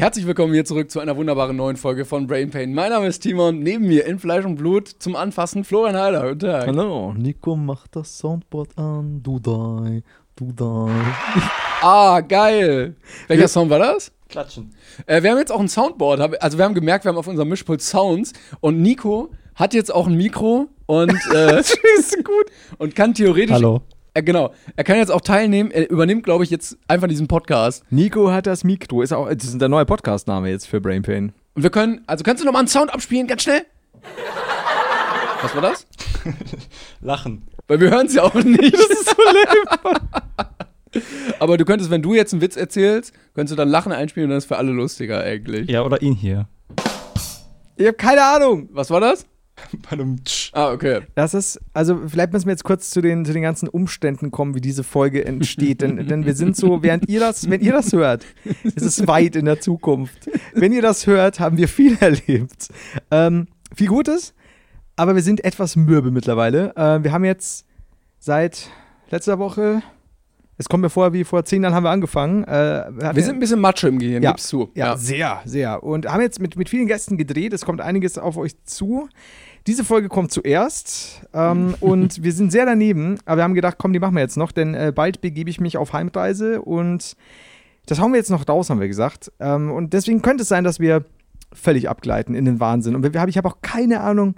Herzlich willkommen hier zurück zu einer wunderbaren neuen Folge von Brain Pain. Mein Name ist Timon, neben mir in Fleisch und Blut zum Anfassen Florian Heider. Guten Tag. Hallo, Nico macht das Soundboard an. Du die, du die. Ah, geil. Welcher Song war das? Klatschen. Äh, wir haben jetzt auch ein Soundboard. Hab- Also wir haben gemerkt, wir haben auf unserem Mischpult Sounds und Nico hat jetzt auch ein Mikro und äh, ist gut und kann theoretisch. Hallo. Äh, genau. Er kann jetzt auch teilnehmen. Er übernimmt, glaube ich, jetzt einfach diesen Podcast. Nico hat das Mikro. Ist auch, das ist der neue Podcast-Name jetzt für Brain Pain. Und wir können. Also kannst du noch mal einen Sound abspielen, ganz schnell. Was war das? Lachen. Weil wir hören es ja auch nicht. Das ist so lame. Aber du könntest, wenn du jetzt einen Witz erzählst, könntest du dann Lachen einspielen und dann ist für alle lustiger eigentlich. Ja, oder ihn hier. Ich habe keine Ahnung. Was war das? Bei einem Tsch. Ah, okay. Das ist, also vielleicht müssen wir jetzt kurz zu den, zu den ganzen Umständen kommen, wie diese Folge entsteht. denn, denn wir sind so, während ihr das, wenn ihr das hört, ist es weit in der Zukunft. Wenn ihr das hört, haben wir viel erlebt. Ähm, viel Gutes, aber wir sind etwas mürbe mittlerweile. Äh, wir haben jetzt seit letzter Woche, es kommt mir vor, wie vor zehn Jahren haben wir angefangen. Äh, wir hatten Wir sind ein bisschen Matsche im Gehirn, Ja. gibst du. Ja, sehr, sehr. Und haben jetzt mit, mit vielen Gästen gedreht. Es kommt einiges auf euch zu. Diese Folge kommt zuerst. Ähm, und wir sind sehr daneben. Aber wir haben gedacht, komm, die machen wir jetzt noch, denn äh, bald begebe ich mich auf Heimreise. Und das hauen wir jetzt noch raus, haben wir gesagt. Ähm, und deswegen könnte es sein, dass wir völlig abgleiten in den Wahnsinn. Und wir, hab- ich habe auch keine Ahnung,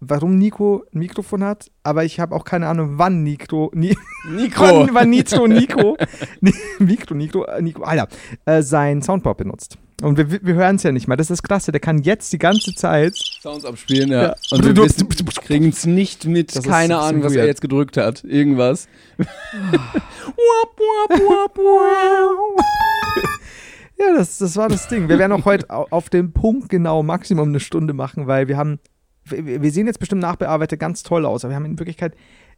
warum Nico ein Mikrofon hat. Aber ich habe auch keine Ahnung, wann Nico. Ni Nico. Wann, wann Nitro Nico, Ni- Mikro, Nico, äh, Nico, Alter, äh, sein Soundboard benutzt. Und wir, wir hören es ja nicht mal. Das ist das Krasse. Der kann jetzt die ganze Zeit. Sounds abspielen, ja. Ja. Und wir wissen, kriegen es nicht mit. Das ist Keine ein bisschen Ahnung, was er weird. jetzt gedrückt hat. Irgendwas. Wap, wap, wap, wow. ja, das, das war das Ding. Wir werden auch heute au- auf dem Punkt genau Maximum eine Stunde machen, weil wir haben. Wir wir sehen jetzt bestimmt nachbearbeitet ganz toll aus, aber wir haben in Wirklichkeit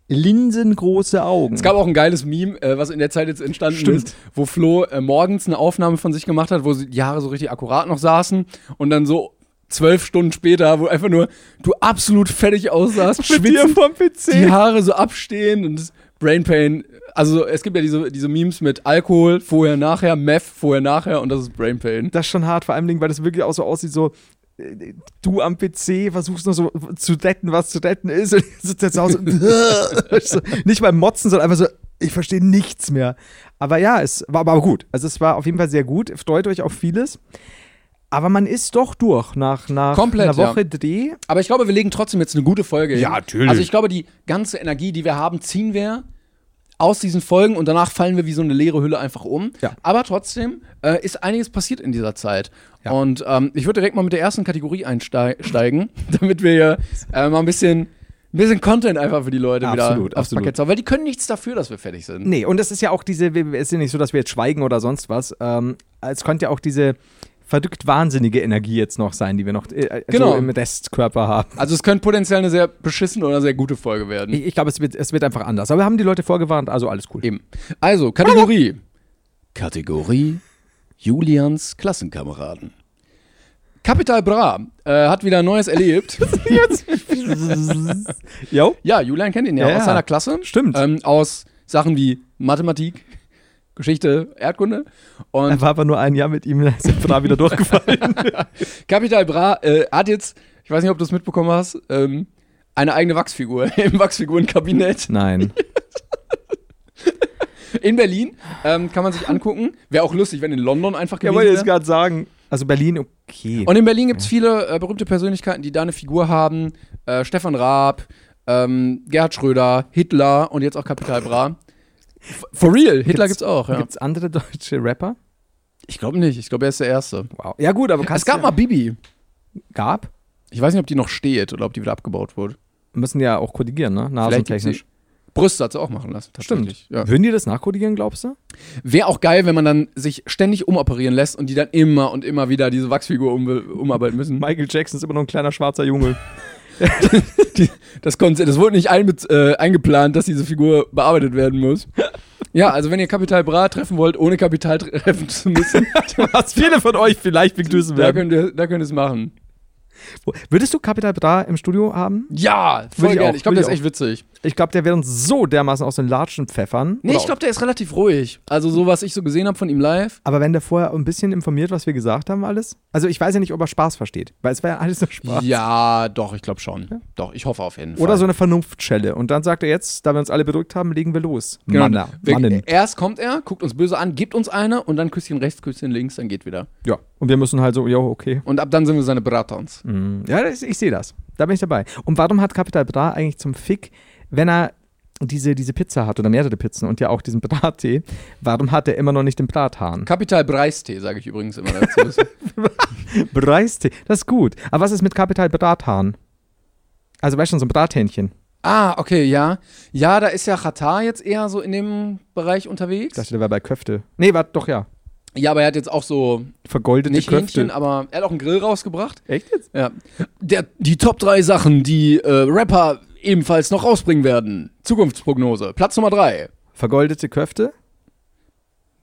linsengroße Augen. Es gab auch ein geiles Meme, äh, was in der Zeit jetzt entstanden Stimmt. ist, wo Flo äh, morgens eine Aufnahme von sich gemacht hat, wo sie- die Haare so richtig akkurat noch saßen und dann so zwölf Stunden später, wo einfach nur du absolut fertig aussahst, schwitzend, vom PC. die Haare so abstehen und das Brain Pain. Also es gibt ja diese, diese Memes mit Alkohol, vorher, nachher, Meth, vorher, nachher und das ist Brain Pain. Das ist schon hart, vor allem, weil das wirklich auch so aussieht, so äh, du am PC versuchst noch so zu retten, was zu retten ist und ich sitze jetzt zu Hause und so, nicht mal motzen, sondern einfach so, ich verstehe nichts mehr. Aber ja, es war aber gut. Also es war auf jeden Fall sehr gut, freut euch auf vieles. Aber man ist doch durch nach, nach Komplett, einer ja. Woche Dreh. Aber ich glaube, wir legen trotzdem jetzt eine gute Folge hin. Ja, natürlich. Also ich glaube, die ganze Energie, die wir haben, ziehen wir aus diesen Folgen und danach fallen wir wie so eine leere Hülle einfach um. Ja. Aber trotzdem äh, ist einiges passiert in dieser Zeit. Und ähm, ich würde direkt mal mit der ersten Kategorie einsteigen, damit wir hier äh, mal ein bisschen, ein bisschen Content einfach für die Leute Absolut, wieder aufs absolut. Parkett zaubern. Weil die können nichts dafür, dass wir fertig sind. Nee, und es ist ja auch diese, wir- es ist ja nicht so, dass wir jetzt schweigen oder sonst was. Ähm, es könnte ja auch diese verrückt wahnsinnige Energie jetzt noch sein, die wir noch äh, Genau. so im Restkörper haben. Also es könnte potenziell eine sehr beschissene oder sehr gute Folge werden. Ich, ich glaube, es wird, es wird einfach anders. Aber wir haben die Leute vorgewarnt, also alles cool. Eben. Also, Kategorie. Kategorie Julians Klassenkameraden. Capital Bra äh, hat wieder Neues erlebt. Jo? ja, Julian kennt ihn ja, Ja, aus ja. seiner Klasse. Stimmt. Ähm, aus Sachen wie Mathematik, Geschichte, Erdkunde. Und Er war aber nur ein Jahr mit ihm, dann ist er da wieder durchgefallen. Capital Bra äh, hat jetzt, ich weiß nicht, ob du es mitbekommen hast, ähm, eine eigene Wachsfigur im Wachsfigurenkabinett Nein. in Berlin. Ähm, kann man sich angucken. Wäre auch lustig, wenn in London einfach Ja, gewesen wollte wäre. ich gerade sagen. Also Berlin, okay. Und in Berlin gibt es viele äh, berühmte Persönlichkeiten, die da eine Figur haben. Äh, Stefan Raab, ähm, Gerhard Schröder, Hitler und jetzt auch Kapital Bra. F- For real, Hitler gibt's, Gibt's- auch, ja. Gibt es andere deutsche Rapper? Ich glaube nicht, ich glaube, er ist der Erste. Wow. Ja gut, aber kannst es gab ja, mal Bibi. Gab? Ah, Ich weiß nicht, ob die noch steht oder ob die wieder abgebaut wurde. Müssen ja auch korrigieren, ne? Vielleicht gibt's Nasentechnisch. Brüste hat sie auch machen lassen. tatsächlich, Ja. Würden die das nachkodieren, glaubst du? Wäre auch geil, wenn man dann sich ständig umoperieren lässt und die dann immer und immer wieder diese Wachsfigur umbe- umarbeiten müssen. Michael Jackson ist immer noch ein kleiner schwarzer Junge. Die, das, konnte, das wurde nicht einbe- äh, eingeplant, dass diese Figur bearbeitet werden muss. Ja, also wenn ihr Kapital Bra treffen wollt, ohne Kapital tre- treffen zu müssen, Was viele von euch vielleicht begrüßen da werden. könnt ihr, da könnt ihr es machen. Würdest du Capital Bra im Studio haben? Ja, Würde voll ich gerne. auch, Ich glaube, würde der ist echt ich witzig. Ich glaube, der wäre uns so dermaßen aus den Latschen pfeffern. Nee, ich glaube, der ist relativ ruhig. Also so, was ich so gesehen habe von ihm live. Aber wenn der vorher ein bisschen informiert, was wir gesagt haben, alles. Also ich weiß ja nicht, ob er Spaß versteht, weil es war ja alles nur Spaß. Ja, doch, ich glaube schon. Doch, ich hoffe auf jeden Fall. Oder so eine Vernunftschelle. Und dann sagt er jetzt, da wir uns alle bedrückt haben, legen wir los. Genau. Manner, Wir- Mannen. Erst kommt er, guckt uns böse an, gibt uns eine und dann Küsschen rechts, Küsschen links, dann geht wieder. Ja. Und wir müssen halt so, jo, okay. Und ab dann sind wir seine Bratons. Ja, das, ich sehe das. Da bin ich dabei. Und warum hat Capital Bra eigentlich zum Fick, wenn er diese, diese Pizza hat oder mehrere Pizzen und ja auch diesen Brattee, warum hat er immer noch nicht den Brathahn? Kapital Breistee, sage ich übrigens immer dazu. Braistee, das ist gut. Aber was ist mit Capital Brathahn? Also weißt schon, so ein Brathähnchen. ah, okay, ja. Ja, da ist ja Katar jetzt eher so in dem Bereich Ich unterwegs. dachte, der wäre bei Köfte. Nee, war doch ja. ja, aber er hat jetzt auch so, Vergoldete nicht Köfte. Hähnchen, aber er hat auch einen Grill rausgebracht. Echt jetzt? Ja. Der, die Top 3 Sachen, die äh, Rapper ebenfalls noch rausbringen werden. Zukunftsprognose. Platz Nummer 3. Vergoldete Köfte?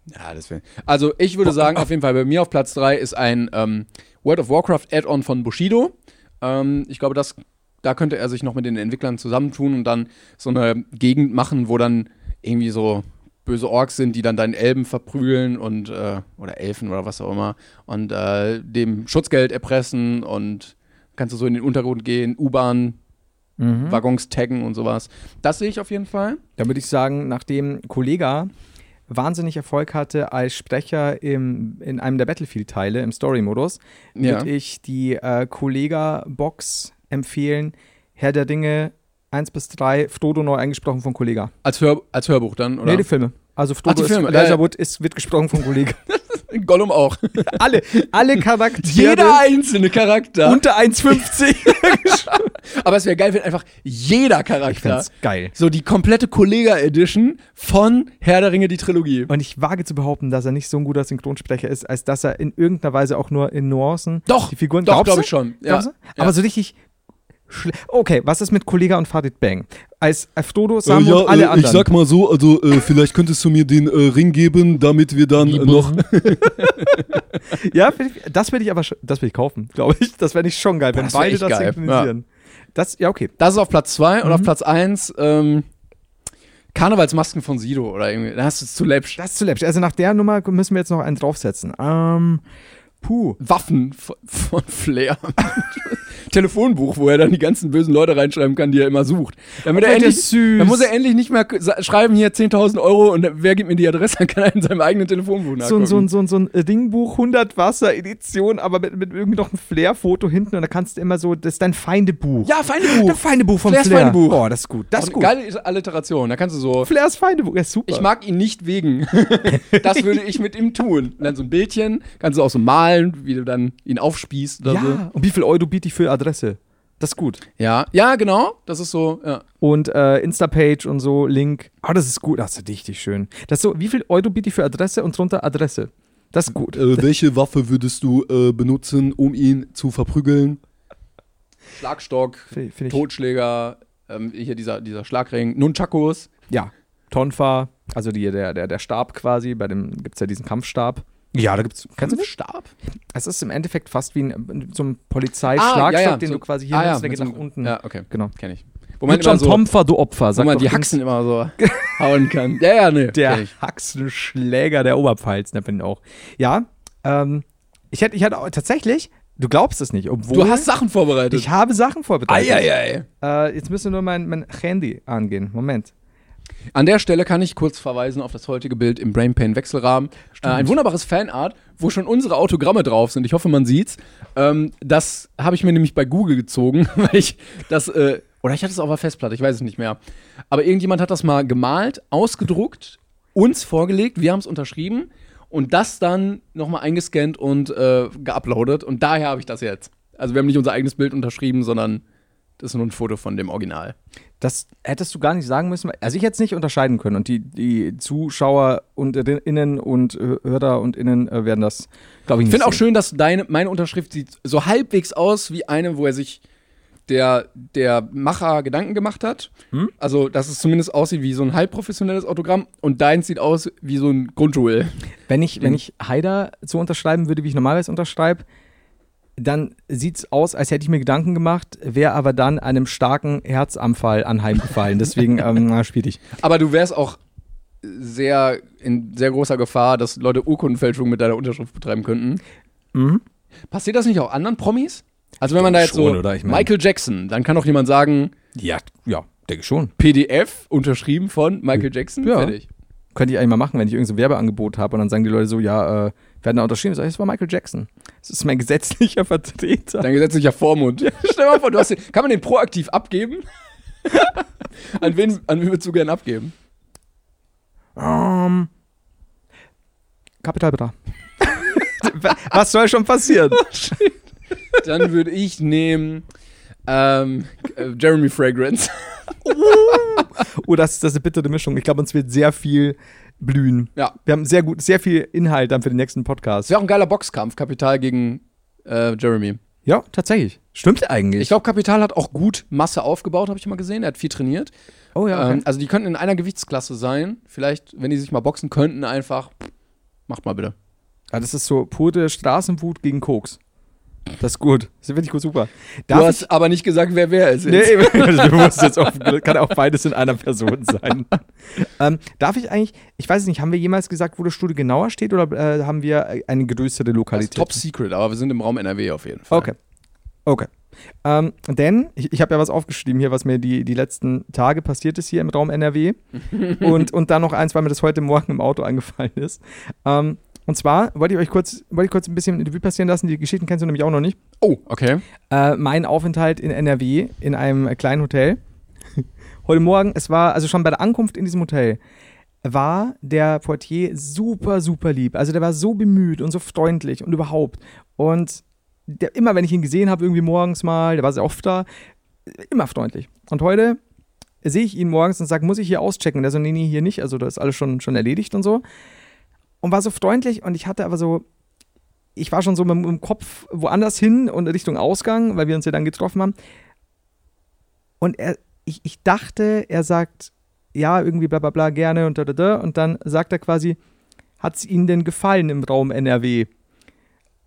Ja, das wäre. Also, ich würde sagen, auf jeden Fall, bei mir auf Platz 3 ist ein ähm, World of Warcraft Add-on von Bushido. Ähm, ich glaube, das, da könnte er sich noch mit den Entwicklern zusammentun und dann so eine Gegend machen, wo dann irgendwie so böse Orks sind, die dann deinen Elben verprügeln und äh, oder Elfen oder was auch immer und äh, dem Schutzgeld erpressen und kannst du so in den Untergrund gehen, U-Bahn, Waggons taggen und sowas. Das sehe ich auf jeden Fall. Da würde ich sagen, nachdem Kollega wahnsinnig Erfolg hatte als Sprecher im, in einem der Battlefield-Teile im Story-Modus, Ja. würde ich die äh, Kollega-Box empfehlen. Herr der Dinge 1 bis 3, Frodo neu eingesprochen von Kollega. Als, Hör als Hörbuch dann, Nee, oder? die Filme. Also Frodo die ist, Filme, ja, Elijah ja. Wood ist, wird gesprochen von Kollega. Gollum auch. alle, alle Charaktere Jeder einzelne Charakter. unter 1,50. aber es wäre geil, wenn einfach jeder Charakter. geil. So die komplette Kollega-Edition von Herr der Ringe, die Trilogie. Und ich wage zu behaupten, dass er nicht so ein guter Synchronsprecher ist, als dass er in irgendeiner Weise auch nur in Nuancen Doch, die Figuren doch, Glaubst glaub du? ich schon. Ja, Glaubst du? ja. Aber so richtig. schle- Okay, was ist mit Kollega und Farid Bang? Als Frodo, Äh, Sam ja, und alle äh, anderen. Ich sag mal so, also äh, vielleicht könntest du mir den äh, Ring geben, damit wir dann äh, noch. ja, find ich- das will ich aber sch- das will ich kaufen, glaube ich. Das wäre nicht schon geil, wenn das wär beide echt das geil, synchronisieren. Das, ja, okay. Das ist auf Platz 2 und auf Platz 1 ähm, Karnevalsmasken von Sido oder irgendwie. Da hast du es zu läppsch. Das ist zu läppisch. Also nach der Nummer müssen wir jetzt noch einen draufsetzen. Ähm, puh. Waffen von, von Flair. Telefonbuch, wo er dann die ganzen bösen Leute reinschreiben kann, die er immer sucht. Damit er Wird ja endlich, süß. Dann muss er endlich nicht mehr k- sa- schreiben, hier 10.000 Euro und wer gibt mir die Adresse, dann kann er in seinem eigenen Telefonbuch so, nachgucken. ein- so, ein- so, ein- so ein Dingbuch, 100 Wasser Edition, aber mit, mit irgendwie noch einem Flair-Foto hinten und da kannst du immer so, das ist dein Feindebuch. ja, Feindebuch. Das Feindebuch von Flairs Flair. Feindebuch. Oh, das ist gut, das ist Auch gut. Geile Is- Alliteration. Da kannst du so. Flairs Feindebuch, ja super. Ich mag ihn nicht wegen. Das würde ich mit ihm tun. Und dann so ein Bildchen, kannst du auch so malen, wie du dann ihn aufspießt oder ja. so. Und wie viel Euro biete ich für Adresse? Das ist gut. Ja, ja, genau. Das ist so. Ja. Und äh, Insta-Page und so, Link. Ah, das ist gut, das ist richtig schön. Das ist so, wie viel Euro biete ich für Adresse und drunter Adresse? Das ist gut. Äh, welche Waffe würdest du äh, benutzen, um ihn zu verprügeln? Schlagstock, Finde ich- finde ich- Totschläger, ähm, hier dieser, dieser Schlagring, Nunchakos. Ja. Tonfa, also die, der, der, der Stab quasi, bei dem gibt es ja diesen Kampfstab. Ja, da gibt's. Kannst du nicht? Stab? Es ist im Endeffekt fast wie ein, so ein Polizeischlagstock, den so- du quasi hier ah, ja, nimmst, der geht mit so nach einem- unten. Ja, okay. Genau. Kenn ich. Wo Du man, bist immer schon so, Tomfer, du Opfer, wo sag man mal. die Haxen immer so hauen kann. Ja, ja, nee. kenn Der ich. Haxenschläger der Oberpfalz, ne, finde ich auch. Ja, ähm, ich hätte, ich hatte auch, tatsächlich, du glaubst es nicht, obwohl Du hast Sachen vorbereitet. ich habe Sachen vorbereitet. Eieiei. Äh, jetzt müssen wir nur mein, mein Handy angehen. Moment. An der Stelle kann ich kurz verweisen auf das heutige Bild im Brain Pain Wechselrahmen. Äh, ein wunderbares Fanart, wo schon unsere Autogramme drauf sind. Ich hoffe, man sieht's. Ähm, das habe ich mir nämlich bei Google gezogen, weil ich das äh, oder ich hatte es auf der Festplatte, ich weiß es nicht mehr. Aber irgendjemand hat das mal gemalt, ausgedruckt, uns vorgelegt, wir haben es unterschrieben und das dann nochmal eingescannt und äh, geuploadet. Und daher habe ich das jetzt. Also wir haben nicht unser eigenes Bild unterschrieben, sondern Das ist nur ein Foto von dem Original. Das hättest du gar nicht sagen müssen. weil- Also ich hätte es nicht unterscheiden können. Und die, die Zuschauer und äh, innen und äh, Hörer und innen äh, werden das, glaube ich, Ich nicht. finde auch sehen. schön, dass deine, meine Unterschrift sieht so halbwegs aus wie eine, wo er sich der, der Macher Gedanken gemacht hat. Hm? Also, dass es zumindest aussieht wie so ein halbprofessionelles Autogramm und deins sieht aus wie so ein Grundschul. Wenn ich, wenn ich Haider so unterschreiben würde, wie ich normalerweise unterschreibe, dann sieht es aus, als hätte ich mir Gedanken gemacht, wäre aber dann einem starken Herzanfall anheimgefallen. Deswegen ähm, na, schwierig. Aber du wärst auch sehr in sehr großer Gefahr, dass Leute Urkundenfälschung mit deiner Unterschrift betreiben könnten. Passiert das nicht auch anderen Promis? Also wenn man da jetzt Mhm. Schon, so oder? Ich mein- Michael Jackson, dann kann auch jemand sagen Ja, ja, denke ich schon. PDF unterschrieben von Michael Jackson. Ja. Fertig. Könnte ich eigentlich mal machen, wenn ich irgendein so Werbeangebot habe und dann sagen die Leute so, ja, äh, werden da unterschrieben. Sag ich, das war Michael Jackson. Das ist mein gesetzlicher Vertreter. Dein gesetzlicher Vormund. Stell mal vor, du hast den, kann man den proaktiv abgeben? an wen an wen würdest du gern abgeben? Ähm, Kapital Bra. Was soll schon passieren? Dann würde ich nehmen ähm, äh, Jeremy Fragrance. Oh, das, das ist eine bittere Mischung. Ich glaube, uns wird sehr viel blühen. Ja. Wir haben sehr gut, sehr viel Inhalt dann für den nächsten Podcast. Das wäre auch ein geiler Boxkampf, Kapital gegen äh, Jeremy. Ja, tatsächlich. Stimmt eigentlich. Ich glaube, Kapital hat auch gut Masse aufgebaut, habe ich mal gesehen. Er hat viel trainiert. oh ja, okay. Ähm, also die könnten in einer Gewichtsklasse sein. Vielleicht, wenn die sich mal boxen könnten, einfach. Macht mal bitte. Ah, das ist so pure Straßenwut gegen Koks. Das ist gut. Das finde ich gut super. Du hast aber nicht gesagt, wer wer ist. Nee, eben. ich muss jetzt auf, kann auch beides in einer Person sein. ähm, darf ich eigentlich, ich weiß es nicht, haben wir jemals gesagt, wo das Studio genauer steht oder äh, haben wir äh, eine größere Das ist Lokalität? top secret, aber wir sind im Raum NRW auf jeden Fall. Okay. Okay. Ähm, denn ich, ich habe ja was aufgeschrieben hier, was mir die, die letzten Tage passiert ist hier im Raum NRW. und, und dann noch eins, weil mir das heute Morgen im Auto angefallen ist. Ähm, und zwar wollte ich euch kurz, wollte ich kurz ein bisschen Revue passieren lassen. Die Geschichten kennst du nämlich auch noch nicht. Oh, okay. Äh, mein Aufenthalt in NRW in einem kleinen Hotel. heute Morgen, es war also schon bei der Ankunft in diesem Hotel, war der Portier super, super lieb. Also der war so bemüht und so freundlich und überhaupt. Und der, immer wenn ich ihn gesehen habe, irgendwie morgens mal, der war sehr oft da, immer freundlich. Und heute sehe ich ihn morgens und sage, muss ich hier auschecken? Der so, nee, nee, hier nicht. Also das ist alles schon, schon erledigt und so. Und war so freundlich und ich hatte aber so, ich war schon so mit dem Kopf woanders hin und Richtung Ausgang, weil wir uns ja dann getroffen haben. Und er, ich, ich dachte, er sagt, ja, irgendwie bla bla bla, gerne und da da da. Und dann sagt er quasi, hat es Ihnen denn gefallen im Raum NRW?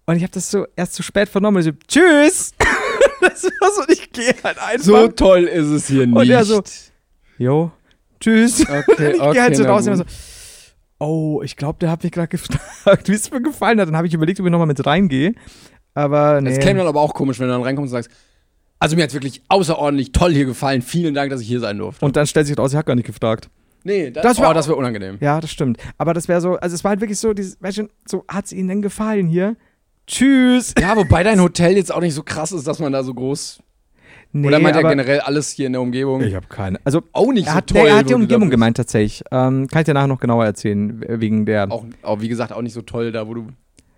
Und ich habe das so erst zu spät vernommen. Ich so, tschüss! das war so, und ich gehe halt einfach. So toll ist es hier nicht. Und er so, jo, tschüss. Okay, ich gehe halt so na raus und gut. immer so, oh, ich glaube, der hat mich gerade gefragt, wie es mir gefallen hat. Dann habe ich überlegt, ob ich nochmal mit reingehe. Aber nee. Das käme dann aber auch komisch, wenn du dann reinkommst und sagst, also mir hat wirklich außerordentlich toll hier gefallen. Vielen Dank, dass ich hier sein durfte. und dann stellt sich raus, ich habe gar nicht gefragt. Nee, das, Das oh, wär- das wäre unangenehm. Ja, das stimmt. Aber das wäre so, also es war halt wirklich so, dieses, weißt du, so, hat es Ihnen denn gefallen hier? Tschüss. Ja, wobei dein Hotel jetzt auch nicht so krass ist, dass man da so groß. Nee, oder meint er aber- generell alles hier in der Umgebung? Ich habe keine. Also, auch nicht er so hat, toll. der, er hat die wo du da Umgebung bist. gemeint, tatsächlich. Ähm, kann ich dir nachher noch genauer erzählen, wegen der. Auch, auch, wie gesagt, auch nicht so toll da, wo du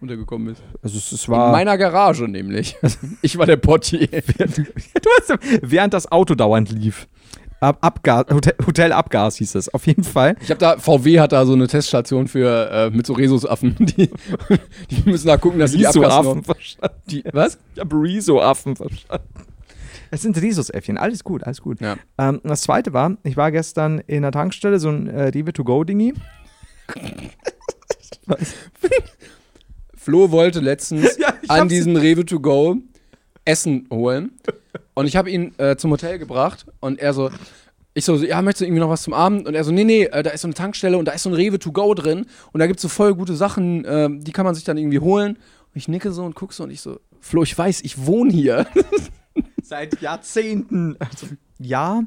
untergekommen bist. Also, es, es In war. meiner Garage nämlich. Ich war der Portier. Du hast, während das Auto dauernd lief. Ab, Abgas, Hotel, Hotel Abgas hieß es, auf jeden Fall. Ich habe da, VW hat da so eine Teststation für äh, mit so Rhesusaffen. Die, die müssen da gucken, dass sie die Abgasen. verstanden. Die, was? Ich habe Riso-Affen verstanden. Es sind Risos-Äffchen, alles gut, alles gut. Ja. Ähm, und das zweite war, ich war gestern in der Tankstelle, so ein äh, Rewe-to-go-Dingi. Flo wollte letztens Ja, ich an hab's- diesen Rewe to go Essen holen. Und ich habe ihn äh, zum Hotel gebracht und er so, ich so, ja, möchtest du irgendwie noch was zum Abend? Und er so, nee, nee, äh, da ist so eine Tankstelle und da ist so ein Rewe to go drin und da gibt's so voll gute Sachen, äh, die kann man sich dann irgendwie holen. Und ich nicke so und guck so und ich so, Flo, ich weiß, ich wohne hier. Seit Jahrzehnten. Also, ja,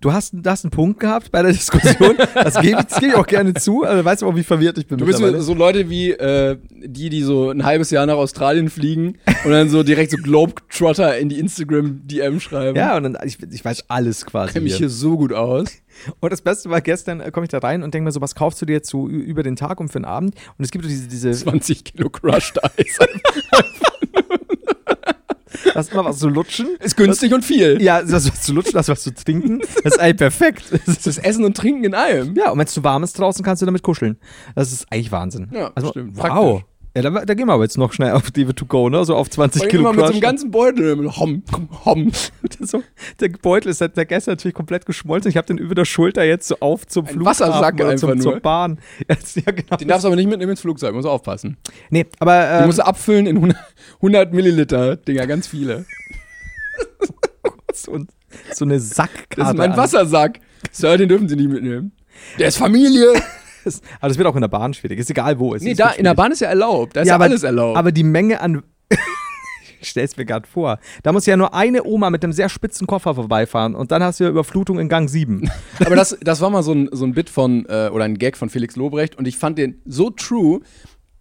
du hast, du hast einen Punkt gehabt bei der Diskussion. Das gebe ich, das gebe ich auch gerne zu. Also, weißt du auch, wie verwirrt ich bin. Du bist mittlerweile. so Leute wie äh, die, die so ein halbes Jahr nach Australien fliegen und dann so direkt so Globetrotter in die Instagram-DM schreiben. ja, und dann, ich, ich weiß alles quasi. Ich kenne Hm? mich hier. hier so gut aus. Und das Beste war, gestern äh, komme ich da rein und denke mir so, was kaufst du dir jetzt so ü- über den Tag und für den Abend? Und es gibt so diese, diese 20 Kilo Crushed Eis. Lass mal was zu lutschen. Ist günstig und viel. Ja, das was zu lutschen, das was zu trinken. Das ist eigentlich perfekt. Das ist Essen und Trinken in einem. Ja, und wenn es zu warm ist draußen, kannst du damit kuscheln. Das ist eigentlich Wahnsinn. Also, Ja, stimmt. Wow. Praktisch. Ja, da, da gehen wir aber jetzt noch schnell auf Dive to Go, ne? So auf 20 Und Kilo immer mit so einem Crush. ganzen Beutel. Homm, homm. so, der Beutel ist seit der gestern natürlich komplett geschmolzen. Ich habe den über der Schulter jetzt so auf zum Ein Flughafen Wassersack oder zum, einfach zur nur. Bahn. Ja, ja, genau. Den darfst du aber nicht mitnehmen ins Flugzeug, musst du aufpassen. nee, aber Du ähm, musst abfüllen in 100, 100 Milliliter, Dinger, ganz viele. so, ein- so eine Sackkarte. Das ist mein an. Wassersack. Sir, den dürfen sie nicht mitnehmen. Der ist Familie. Das- Aber das wird auch in der Bahn schwierig. Ist egal, wo es Nee, ist. da wird in der schwierig. Bahn ist ja erlaubt. Da ist ja, aber- alles erlaubt. Aber die Menge an. ich stell's mir gerade vor. Da muss ja nur eine Oma mit einem sehr spitzen Koffer vorbeifahren und dann hast du ja Überflutung in Gang 7. Aber das, das war mal so ein, so ein Bit von, äh, oder ein Gag von Felix Lobrecht und ich fand den so true,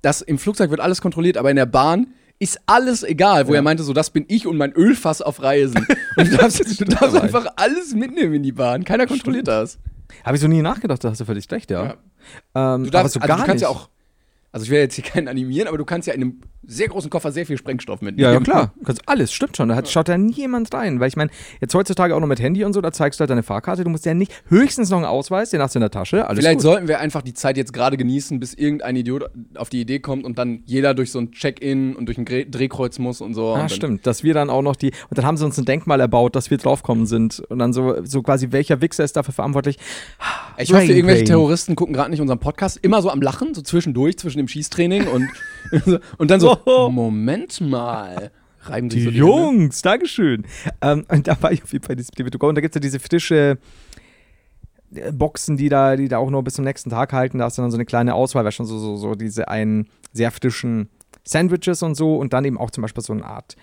dass im Flugzeug wird alles kontrolliert, aber in der Bahn ist alles egal, wo er meinte, so das bin ich und mein Ölfass auf Reisen. Und du darfst, du darfst einfach alles mitnehmen in die Bahn. Keiner kontrolliert das. Habe ich so nie nachgedacht, da hast du völlig recht, ja. Ähm, Du darfst, aber so also gar du kannst ja nicht. auch, also ich will jetzt hier keinen animieren, aber du kannst ja in einem sehr großen Koffer sehr viel Sprengstoff mitnehmen. Ja, ja, klar. Kannst, alles, stimmt schon. Da hat, schaut ja niemand rein. Weil ich meine, jetzt heutzutage auch noch mit Handy und so, da zeigst du halt deine Fahrkarte. Du musst ja nicht, höchstens noch einen Ausweis, den hast du in der Tasche. Alles Vielleicht gut. sollten wir einfach die Zeit jetzt gerade genießen, bis irgendein Idiot auf die Idee kommt und dann jeder durch so ein Check-in und durch ein Gre- Drehkreuz muss und so. und Ah, dann stimmt. Dass wir dann auch noch die, und dann haben sie uns ein Denkmal erbaut, dass wir draufkommen sind. Und dann so, so quasi, welcher Wichser ist dafür verantwortlich? Ich hoffe, Brain irgendwelche Drain. Terroristen gucken gerade nicht unseren Podcast. Immer so am Lachen, so zwischendurch, zwischen dem Schießtraining und, und dann so, Moment mal. Reiben sich Oh. Die so die Hände. Jungs, Dankeschön. Ähm, und da war ich auf jeden Fall dieses Baby to go. Und da gibt es ja diese frische äh, Boxen, die da, die da auch nur bis zum nächsten Tag halten. Da hast du dann so eine kleine Auswahl, weil schon so, so, so diese einen sehr frischen Sandwiches und so. Und dann eben auch zum Beispiel so eine Art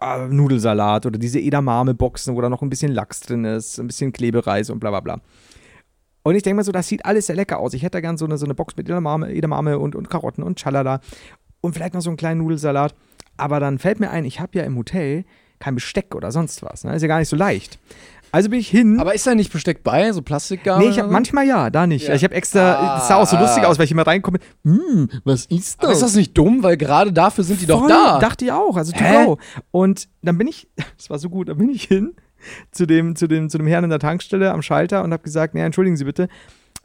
äh, Nudelsalat oder diese Edamame-Boxen, wo da noch ein bisschen Lachs drin ist, ein bisschen Klebereis und bla bla bla. Und ich denke mal so, das sieht alles sehr lecker aus. Ich hätte da gern so eine, so eine Box mit Edamame, Edamame und, und Karotten und Chalala und vielleicht noch so einen kleinen Nudelsalat. Aber dann fällt mir ein, ich habe ja im Hotel kein Besteck oder sonst was. Ne? Ist ja gar nicht so leicht. Also bin ich hin. Aber ist da nicht Besteck bei, so Plastikgarn? nee, ich oder habe so? manchmal ja, da nicht. Ja. Ich habe extra, Ah. das sah auch so lustig aus, weil ich immer reinkomme. Hm, was ist Aber ist das nicht dumm, weil gerade dafür sind die doch Voll, da. Dachte ich auch, also to Hä? go. Und dann bin ich, das war so gut, dann bin ich hin zu dem, zu dem, zu dem Herrn in der Tankstelle am Schalter und habe gesagt, naja, entschuldigen Sie bitte,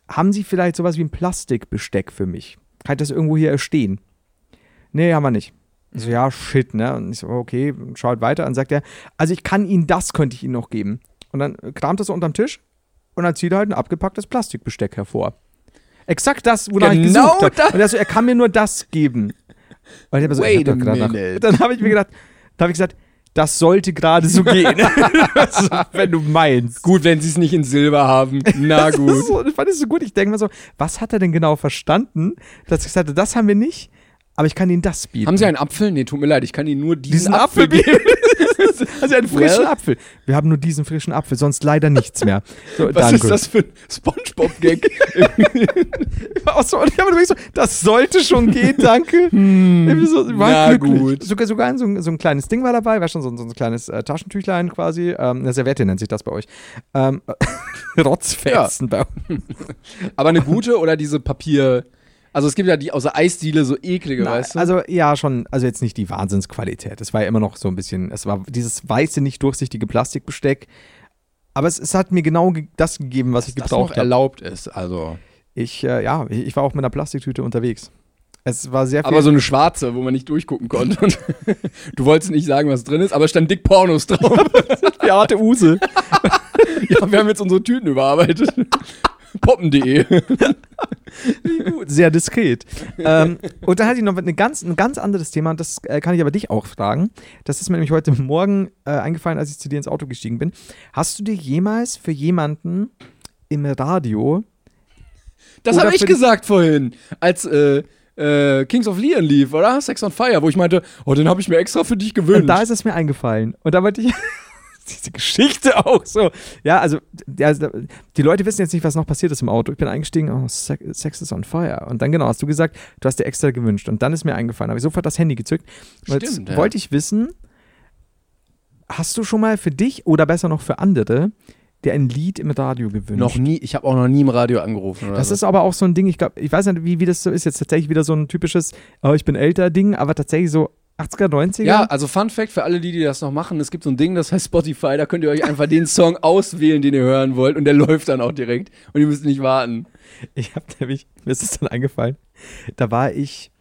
haben Sie vielleicht sowas wie ein Plastikbesteck für mich? Kann ich das irgendwo hier erstehen? Nee, haben wir nicht. Ich so, ja, shit, ne? Und ich so, okay, schaut weiter. Und sagt er, also ich kann Ihnen das, könnte ich Ihnen noch geben. Und dann kramt er so unterm Tisch und dann zieht er halt ein abgepacktes Plastikbesteck hervor. Exakt das, wonach ich Genau gesucht das. habe. Und er so, er kann mir nur das geben. Und ich hab so, ich Wait hab doch a grad minute. Nach, dann habe ich mir gedacht, da habe ich gesagt, das sollte gerade so gehen. so, wenn du meinst. Gut, wenn sie es nicht in Silber haben. Na Das ist gut. so, ich fand es so gut. Ich denke mal so, was hat er denn genau verstanden, dass ich gesagt habe, das haben wir nicht, aber ich kann Ihnen das bieten. Haben sie einen Apfel? Nee, tut mir leid, ich kann ihnen nur diesen, diesen Apfel Apfel geben. bieten? also einen frischen Well. Apfel. Wir haben nur diesen frischen Apfel, sonst leider nichts mehr. So, Was danke. ist das für ein Spongebob-Gag? Auch so, und ich habe wirklich so, das sollte schon gehen, danke. Irgendwie so, wir waren na glücklich. gut. Hm. Sogar, sogar so, ein, so ein kleines Ding war dabei, war schon so, ein- so ein kleines äh, Taschentüchlein quasi. Ähm, eine Servette nennt sich das bei euch. Ähm, Rotzfetzen bei uns. Aber eine gute oder diese Papier... Also es gibt ja die aus der Eisdiele so eklige, weißt du? Also ja, schon, also jetzt nicht die Wahnsinnsqualität. Es war ja immer noch so ein bisschen, es war dieses weiße, nicht durchsichtige Plastikbesteck. Aber es, es hat mir genau ge das gegeben, was ich das noch gebraucht habe. erlaubt ist, also... Ich, äh, ja, ich, ich war auch mit einer Plastiktüte unterwegs. Es war sehr viel. Aber so eine schwarze, wo man nicht durchgucken konnte. Und du wolltest nicht sagen, was drin ist, aber es stand dick Pornos drauf. Beate Use. ja, wir haben jetzt unsere Tüten überarbeitet. Poppen.de. sehr diskret. ähm, und dann hatte ich noch eine ganz, ein ganz anderes Thema, und das äh, kann ich aber dich auch fragen. Das ist mir nämlich heute Morgen äh, eingefallen, als ich zu dir ins Auto gestiegen bin. Hast du dir jemals für jemanden im Radio. Das Oder habe ich für- gesagt vorhin, als äh, äh, Kings of Leon lief, oder? Sex on Fire, wo ich meinte, oh, den habe ich mir extra für dich gewünscht. Und da ist es mir eingefallen. Und da wollte ich. Diese Geschichte auch so. Ja, also, ja, also, die Leute wissen jetzt nicht, was noch passiert ist im Auto. Ich bin eingestiegen, oh, Sex, Sex is on fire. Und dann genau, hast du gesagt, du hast dir extra gewünscht. Und dann ist mir eingefallen, habe ich sofort das Handy gezückt. Und jetzt Stimmt, ja. wollte ich wissen, hast du schon mal für dich oder besser noch für andere dir ein Lied im Radio gewünscht? noch nie, also. ich habe auch noch nie im Radio angerufen. Oder Das so. ist aber auch so ein Ding, ich glaube, ich weiß nicht, wie, wie das so ist, jetzt tatsächlich wieder so ein typisches, oh, ich bin älter Ding, aber tatsächlich so, 80er, 90er? Ja, also Fun Fact für alle die, die das noch machen, es gibt so ein Ding, das heißt Spotify, da könnt ihr euch einfach den Song auswählen, den ihr hören wollt und der läuft dann auch direkt und ihr müsst nicht warten. Ich habe nämlich, mir ist es dann eingefallen, da war ich,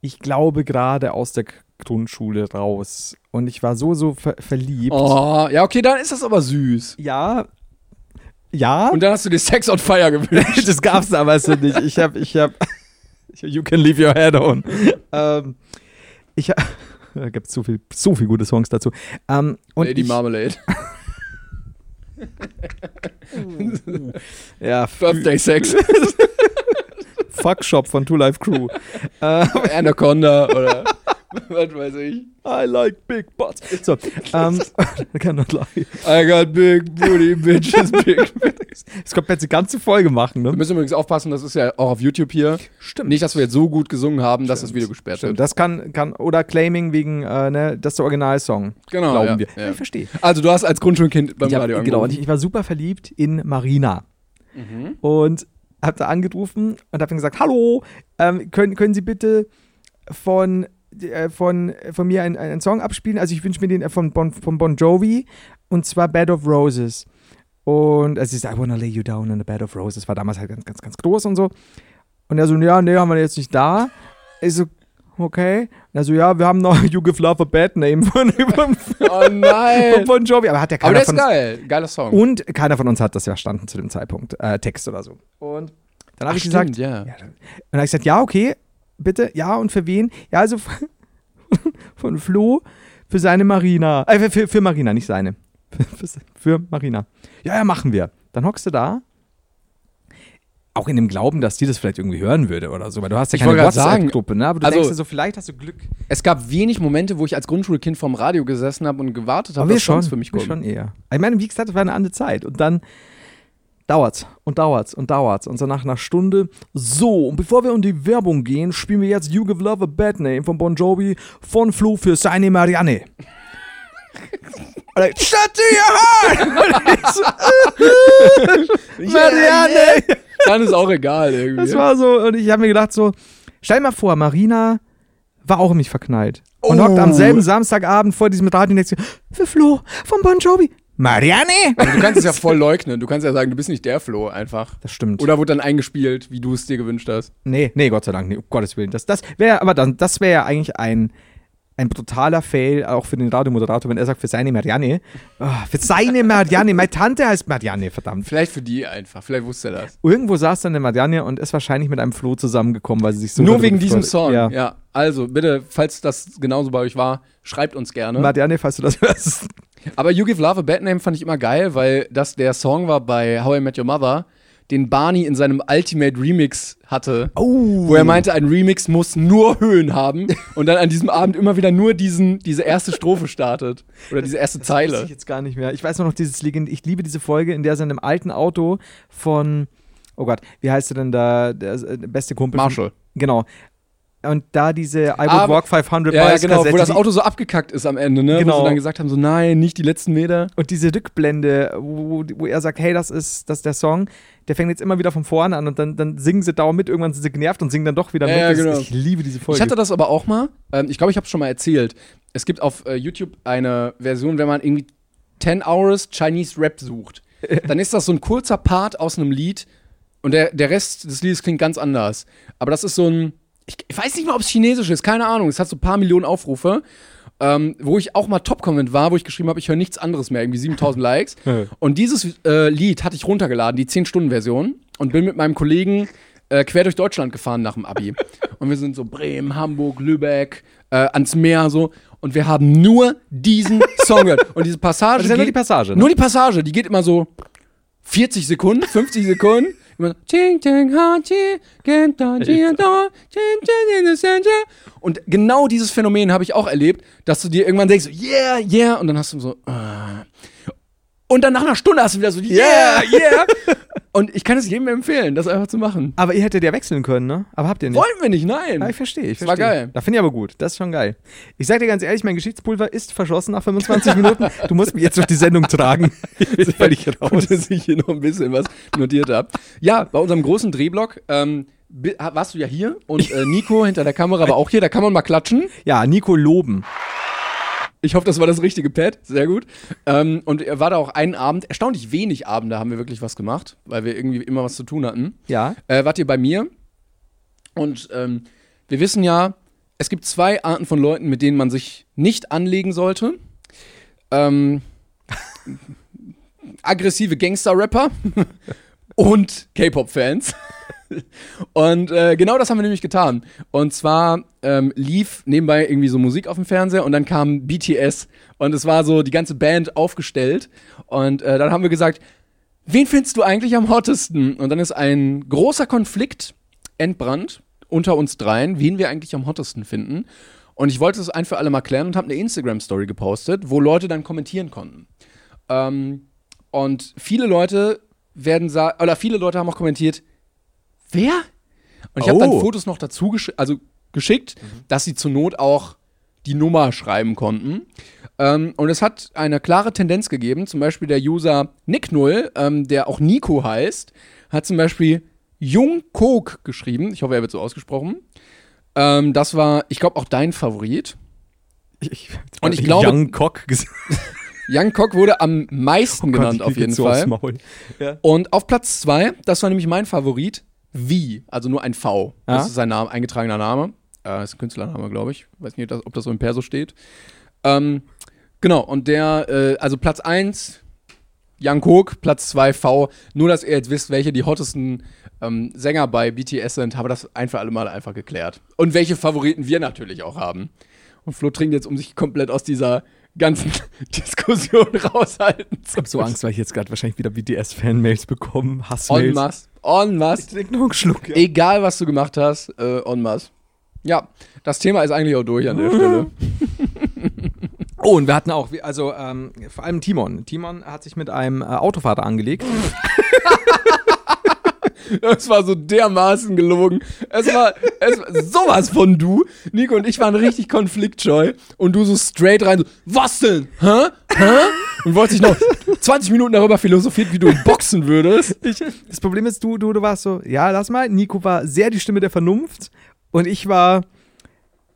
ich glaube, gerade aus der K- Grundschule raus. Und ich war so, so ver verliebt. Oh, ja, okay, dann ist das aber süß. Ja. Ja. Und dann hast du dir Sex on Fire gewünscht. das gab's damals noch nicht. Ich habe, ich habe, you can leave your head on. Ähm, ich hab- da gibt's so viel, so viel gute Songs dazu. Ähm, und Lady ich, Marmalade. ja, Birthday Sex. Fuckshop von Two Life Crew. Anaconda oder was weiß ich. I like big butts. So, ähm, I cannot lie. I got big booty bitches, big Das könnte man jetzt eine ganze Folge machen, Wir ne? müssen übrigens aufpassen, das ist ja auch auf YouTube hier. Stimmt. Nicht, dass wir jetzt so gut gesungen haben, dass das Video gesperrt Stimmt, wird. das kann, kann, oder Claiming wegen, äh, ne, das ist der Originalsong. Genau, Glauben ja, wir. ja. Ich verstehe. Also du hast als Grundschulkind beim Ich hab- Radio Genau, Mhm. und angerufen. ich, ich war super verliebt in Marina. Und hab da angerufen und hab dann gesagt, hallo, ähm, können, können Sie bitte von, äh, von, von mir einen, einen Song abspielen? Also ich wünsche mir den äh, von bon, von bon Jovi und zwar Bed of Roses. Und es ist I Wanna Lay You Down in a Bed of Roses. War damals halt ganz, ganz, ganz groß und so. Und er so, ja, nee, haben wir jetzt nicht da. Ich so, okay. Und er so, ja, wir haben noch You Give Love a Bad Name von, von, Oh nein! von Bon Jovi. Aber hat ja Aber keiner der ist von Oh, geil. Geiler Song. und keiner von uns hat das verstanden zu dem Zeitpunkt, äh, Text oder so. Und dann habe ich gesagt, stimmt, ja. ja, dann dann habe ich gesagt, ja, okay, bitte, ja, und für wen? Ja, also von, von Flo für seine Marina. Äh, für, für, für Marina, nicht seine. Für, für, für Marina. Ja, ja, machen wir. Dann hockst du da. Auch in dem Glauben, dass die das vielleicht irgendwie hören würde oder so, weil du hast ja Ich keine wollte gerade sagen, WhatsApp-Gruppe, ne? Aber du also- denkst dir so, vielleicht hast du Glück. Es gab wenig Momente, wo ich als Grundschulkind vorm Radio gesessen habe und gewartet habe, dass Songs für mich Oh, wir kommen. schon eher. Ich meine, wie gesagt, das war eine andere Zeit. Und dann dauert's und dauert's und dauert's. Und so nach einer Stunde. So, und bevor wir in die Werbung gehen, spielen wir jetzt You Give Love a Bad Name von Bon Jovi von Flo für seine Marianne. Und dann, Shut to your heart! Und ich so, Marianne! Dann ist auch egal irgendwie. Das war so, und ich habe mir gedacht so, stell mal vor, Marina war auch in mich verknallt. Und hockt Oh. am selben Samstagabend vor diesem Radio und denkt sich, für Flo von Bon Jovi, Marianne! du kannst es ja voll leugnen. Du kannst ja sagen, du bist nicht der Flo einfach. Das stimmt. Oder wurde dann eingespielt, wie du es dir gewünscht hast. nee, nee, Gott sei Dank, nee, um Gottes Willen. Das, das wäre aber dann, das wäre ja eigentlich ein, ein brutaler Fail, auch für den Radiomoderator, wenn er sagt, für seine Marianne. Ah, für seine Marianne, meine Tante heißt Marianne, verdammt. Vielleicht für die einfach. Vielleicht wusste er das. Irgendwo saß dann eine Marianne und ist wahrscheinlich mit einem Flo zusammengekommen, weil sie sich so. Nur darüber wegen gefreut- diesem Song. Ja. Ja. Also bitte, falls das genauso bei euch war, schreibt uns gerne. Marianne, falls du das hörst. Aber You Give Love a Bad Name fand ich immer geil, weil das der Song war bei How I Met Your Mother, den Barney in seinem Ultimate Remix hatte. Oh. Wo er meinte, ein Remix muss nur Höhen haben und dann an diesem Abend immer wieder nur diesen, diese erste Strophe startet. Oder diese erste Weiß Zeile. ich jetzt gar nicht mehr. Ich weiß nur noch dieses Legend. Ich liebe diese Folge, in der sie in einem alten Auto von. Oh Gott, wie heißt er denn da? Der, der beste Kumpel. von- Marshall. Genau. Und da diese I would Ah, walk 500 Ja, ja, miles genau, wo Kassette, das die- Auto so abgekackt ist am Ende, ne? Wo Genau. sie dann gesagt haben, so nein, nicht die letzten Meter. Und diese Rückblende, wo, wo er sagt, hey, das ist, das ist der Song, der fängt jetzt immer wieder von vorne an und dann, dann singen sie dauernd mit, irgendwann sind sie genervt und singen dann doch wieder Ja, mit. ja, Das- genau. Ich liebe diese Folge. Ich hatte das aber auch mal, ähm, ich glaube, ich habe es schon mal erzählt. Es gibt auf äh, YouTube eine Version, wenn man irgendwie 10 Hours Chinese Rap sucht, dann ist das so ein kurzer Part aus einem Lied und der, der Rest des Liedes klingt ganz anders. Aber das ist so ein, ich, ich weiß nicht mal, ob es chinesisch ist, keine Ahnung, es hat so ein paar Millionen Aufrufe. Ähm, wo ich auch mal Top-Comment war, wo ich geschrieben habe, ich höre nichts anderes mehr, irgendwie 7000 Likes. und dieses äh, Lied hatte ich runtergeladen, die 10-Stunden-Version, und bin mit meinem Kollegen äh, quer durch Deutschland gefahren nach dem Abi. und wir sind so Bremen, Hamburg, Lübeck, äh, ans Meer so. Und wir haben nur diesen Song gehört. Und diese Passage. Das ist ja nur geht- die Passage, ne? Nur die Passage, die geht immer so 40 Sekunden, 50 Sekunden. Immer so, "Ting, ting, ha, ti, gen, da, ti, da, ting, ting, in the center." Und genau dieses Phänomen habe ich auch erlebt, dass du dir irgendwann denkst, so, yeah, yeah, und dann hast du so, ah. und dann nach einer Stunde hast du wieder so, yeah, yeah. und ich kann es jedem empfehlen, das einfach zu machen. aber ihr hättet ja wechseln können, ne? Aber habt ihr nicht. Wollen wir nicht, nein. Ja, ich verstehe, ich Das war verstehe. geil. Da finde ich aber gut. Das ist schon geil. Ich sag dir ganz ehrlich, mein Geschichtspulver ist verschossen nach 25 Minuten. Du musst mich jetzt durch die Sendung tragen. weil ich raus, dass ich hier noch ein bisschen was notiert habe. Ja, bei unserem großen Drehblock ähm, bi- ha- warst du ja hier und äh, Nico hinter der Kamera war auch hier, da kann man mal klatschen. Ja, Nico loben. Ich hoffe, das war das richtige Pad. Sehr gut. Ähm, und er war da auch einen Abend, erstaunlich wenig Abende haben wir wirklich was gemacht, weil wir irgendwie immer was zu tun hatten. Ja. Äh, wart ihr bei mir? Und ähm, wir wissen ja, es gibt zwei Arten von Leuten, mit denen man sich nicht anlegen sollte. Ähm, aggressive Gangster-Rapper und K-Pop-Fans. Und äh, genau das haben wir nämlich getan. Und zwar ähm, lief nebenbei irgendwie so Musik auf dem Fernseher und dann kam BTS und es war so die ganze Band aufgestellt. Und äh, dann haben wir gesagt, wen findest du eigentlich am hottesten? Und dann ist ein großer Konflikt entbrannt unter uns dreien, wen wir eigentlich am hottesten finden. Und ich wollte es ein für alle mal klären und habe eine Instagram-Story gepostet, wo Leute dann kommentieren konnten. Ähm, und viele Leute werden sagen, oder viele Leute haben auch kommentiert, wer? Und ich habe dann Oh. Fotos noch dazu gesch also geschickt, dass sie zur Not auch die Nummer schreiben konnten. Ähm, und es hat eine klare Tendenz gegeben. Zum Beispiel der User Nick Null, ähm, der auch Nico heißt, hat zum Beispiel Jung Coke geschrieben. Ich hoffe, er wird so ausgesprochen. Ähm, das war, ich glaube, auch dein Favorit. Und ich glaube- Young Cock gesagt, Young Coke wurde am meisten genannt, auf jeden Fall. Maul. Und auf Platz zwei, das war nämlich mein Favorit, Wie, also nur ein V. Ja. Das ist sein Name, eingetragener Name. Äh, ist ein Künstlername, glaube ich. Weiß nicht, ob das so im Perso steht. Ähm, genau, und der, äh, also Platz eins, Young Cook, Platz zwei V. Nur, dass ihr jetzt wisst, welche die hottesten ähm, Sänger bei BTS sind, habe das ein für alle Mal einfach geklärt. Und welche Favoriten wir natürlich auch haben. Und Flo trinkt jetzt, um sich komplett aus dieser ganzen Diskussion raushalten zu So Angst, weil ich jetzt gerade wahrscheinlich wieder BTS-Fan-Mails bekommen, En Hassmails. masse. En masse. trinke noch einen Schluck. Ja. Egal, was du gemacht hast, äh, en masse. Ja, das Thema ist eigentlich auch durch an der Stelle. Oh, und wir hatten auch, also ähm, vor allem Timon. Timon hat sich mit einem äh, Autofahrer angelegt. Es war so dermaßen gelogen. Es war, es war sowas von du. Nico und ich waren richtig konfliktscheu. Und du so straight rein, so, was denn? Hä? Hä? Und wolltest dich noch 20 Minuten darüber philosophiert, wie du boxen würdest. Das Problem ist, du, du, du warst so, ja, lass mal. Nico war sehr die Stimme der Vernunft und ich war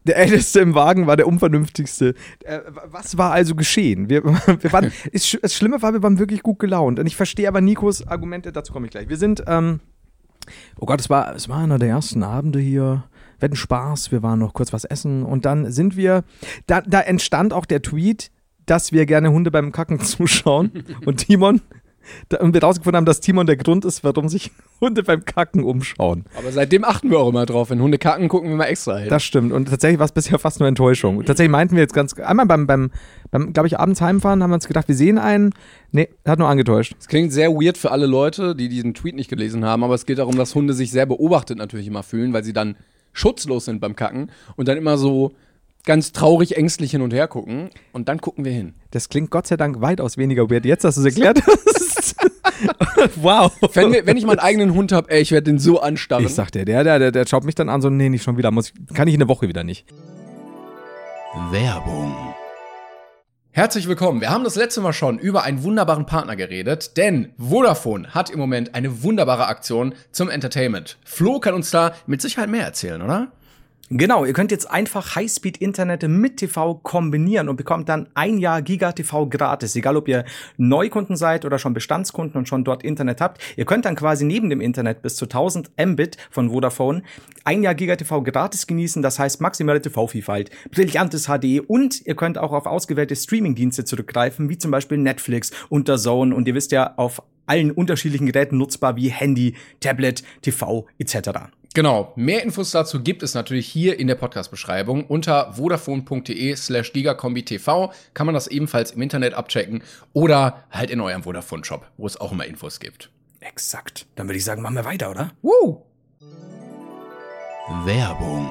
der Älteste im Wagen, war der Unvernünftigste. Äh, was war also geschehen? Wir, wir waren, ist, sch- das Schlimme war, wir waren wirklich gut gelaunt. Und ich verstehe aber Nikos Argumente, dazu komme ich gleich. Wir sind, ähm, oh Gott, es war, es war einer der ersten Abende hier. Wir hatten Spaß, wir waren noch kurz was essen und dann sind wir, da, da entstand auch der Tweet, dass wir gerne Hunde beim Kacken zuschauen und Timon da, und wir rausgefunden haben, dass Timon der Grund ist, warum sich Hunde beim Kacken umschauen. Aber seitdem achten wir auch immer drauf. Wenn Hunde kacken, gucken wir mal extra hin. Das stimmt. Und tatsächlich war es bisher fast nur Enttäuschung. Tatsächlich meinten wir jetzt ganz, einmal beim, beim, beim glaube ich, abends heimfahren, haben wir uns gedacht, wir sehen einen. Nee, hat nur angetäuscht. Es klingt sehr weird für alle Leute, die diesen Tweet nicht gelesen haben, aber es geht darum, dass Hunde sich sehr beobachtet natürlich immer fühlen, weil sie dann schutzlos sind beim Kacken und dann immer so ganz traurig ängstlich hin und her gucken und dann gucken wir hin. Das klingt Gott sei Dank weitaus weniger weird. Jetzt, dass du es erklärt hast. wow. Wenn, wir, wenn ich meinen eigenen Hund habe, ey, ich werde den so anstarren. Ich sag dir, der, der, der, der schaut mich dann an, so, nee, nicht schon wieder. Muss ich, kann ich in der Woche wieder nicht. Werbung. Herzlich willkommen. Wir haben das letzte Mal schon über einen wunderbaren Partner geredet, denn Vodafone hat im Moment eine wunderbare Aktion zum Entertainment. Flo kann uns da mit Sicherheit mehr erzählen, oder? Genau, ihr könnt jetzt einfach Highspeed-Internet mit TV kombinieren und bekommt dann ein Jahr Giga-TV gratis. Egal, ob ihr Neukunden seid oder schon Bestandskunden und schon dort Internet habt. Ihr könnt dann quasi neben dem Internet bis zu 1000 Mbit von Vodafone ein Jahr Giga-TV gratis genießen. Das heißt maximale TV-Vielfalt, brillantes HD und ihr könnt auch auf ausgewählte Streaming-Dienste zurückgreifen, wie zum Beispiel Netflix und der Zone. Und ihr wisst ja, auf allen unterschiedlichen Geräten nutzbar wie Handy, Tablet, TV etc. Genau, mehr Infos dazu gibt es natürlich hier in der Podcast-Beschreibung. Unter vodafone.de slash gigakombi-tv kann man das ebenfalls im Internet abchecken oder halt in eurem Vodafone-Shop, wo es auch immer Infos gibt. Exakt. Dann würde ich sagen, machen wir weiter, oder? Woo! Werbung.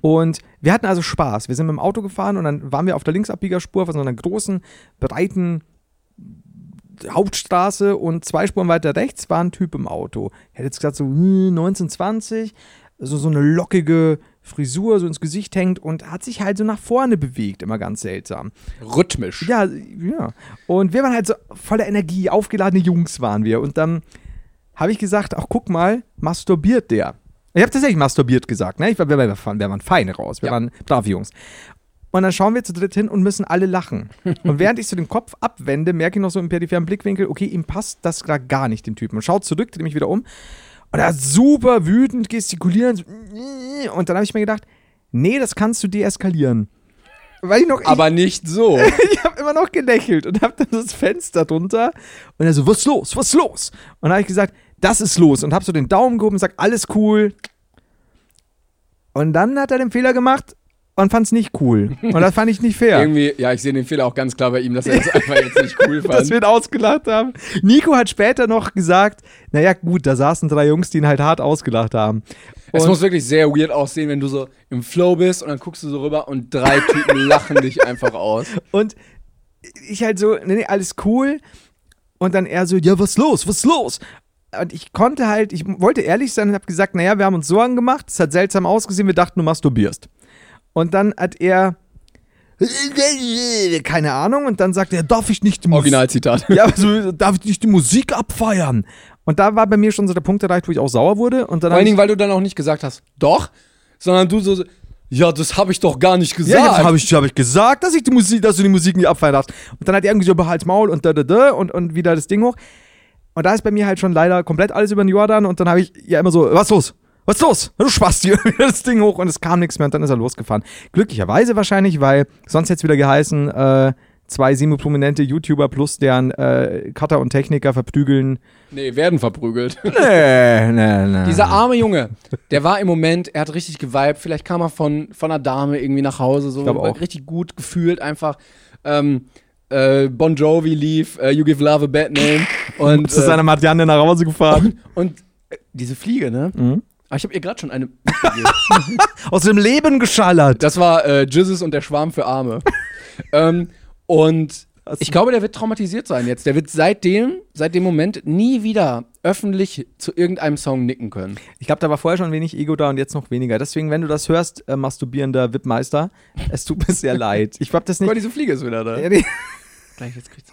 Und wir hatten also Spaß. Wir sind mit dem Auto gefahren und dann waren wir auf der Linksabbiegerspur auf so einer großen, breiten Hauptstraße und zwei Spuren weiter rechts war ein Typ im Auto. Ich hätte jetzt gesagt so hm, 19, 20, so, so eine lockige Frisur so ins Gesicht hängt und hat sich halt so nach vorne bewegt, immer ganz seltsam. Rhythmisch. Ja, ja. Und wir waren halt so voller Energie, aufgeladene Jungs waren wir. Und dann habe ich gesagt, ach guck mal, masturbiert der. Ich habe tatsächlich masturbiert gesagt, ne? Ich, wir, wir, wir, waren- wir waren fein raus, wir Ja. waren brave Jungs. Und dann schauen wir zu dritt hin und müssen alle lachen. Und während ich so den Kopf abwende, merke ich noch so im peripheren Blickwinkel, okay, ihm passt das gerade gar nicht, dem Typen. Und schaut zurück, dreht mich wieder um. Und er ist super wütend, gestikulierend. so, Und dann habe ich mir gedacht, nee, das kannst du deeskalieren. Weil ich noch, ich, Aber nicht so. ich habe immer noch gelächelt und habe dann das Fenster drunter und er so, was ist los, was ist los? Und habe ich gesagt, das ist los und habe so den Daumen gehoben und sag, alles cool. Und dann hat er den Fehler gemacht und fand es nicht cool. Und das fand ich nicht fair. Irgendwie, ja, ich sehe den Fehler auch ganz klar bei ihm, dass er das einfach jetzt nicht cool dass fand. wir ihn ausgelacht haben. Nico hat später noch gesagt, naja gut, da saßen drei Jungs, die ihn halt hart ausgelacht haben. Es Und- muss wirklich sehr weird aussehen, wenn du so im Flow bist und dann guckst du so rüber und drei Typen lachen dich einfach aus. Und ich halt so, nee, nee, alles cool. Und dann er so, ja, was ist los, was ist los? Und ich konnte halt, ich wollte ehrlich sein und habe gesagt, naja, wir haben uns Sorgen gemacht, es hat seltsam ausgesehen, wir dachten, du masturbierst. Und dann hat er, keine Ahnung, und dann sagt er, darf ich nicht die Musik- Originalzitat. Ja, aber so, darf ich nicht die Musik abfeiern? Und da war bei mir schon so der Punkt erreicht, wo ich auch sauer wurde. Und Vor dann hab allen ich- Dingen, weil du dann auch nicht gesagt hast, doch, sondern du so, so, ja, das habe ich doch gar nicht gesagt. Ja, habe ich, hab ich gesagt, dass ich die Musik, dass du die Musik nicht abfeiern darfst. Und dann hat er irgendwie so Hals Maul und da, da, da und, und wieder das Ding hoch. Und da ist bei mir halt schon leider komplett alles über den Jordan und dann habe ich ja immer so, was los? Was los? Du spast hier wieder das Ding hoch und es kam nichts mehr und dann ist er losgefahren. Glücklicherweise wahrscheinlich, weil sonst hätte es wieder geheißen, äh, zwei semi-prominente YouTuber plus deren äh, Cutter und Techniker verprügeln. Nee, werden verprügelt. Nee, nee, nee. Dieser arme Junge, der war im Moment, er hat richtig geweibt, vielleicht kam er von, von einer Dame irgendwie nach Hause, so glaub auch. richtig gut gefühlt einfach. Ähm, äh, bon Jovi lief, äh, You Give Love a Bad Name und, ist äh, seine Marianne nach Hause gefahren. und äh, diese Fliege, ne? Aber ich habe ihr gerade schon eine. Aus dem Leben geschallert. Das war äh, Jizzes und der Schwarm für Arme. ähm, und ich glaube, der wird traumatisiert sein jetzt. Der wird seitdem, seit dem Moment nie wieder öffentlich zu irgendeinem Song nicken können. Ich glaube, da war vorher schon wenig Ego da und jetzt noch weniger. Deswegen, wenn du das hörst, äh, masturbierender Wippmeister, es tut mir sehr leid. Ich hab das Guck mal, nicht. diese Fliege ist wieder da. Gleich jetzt kriegt's.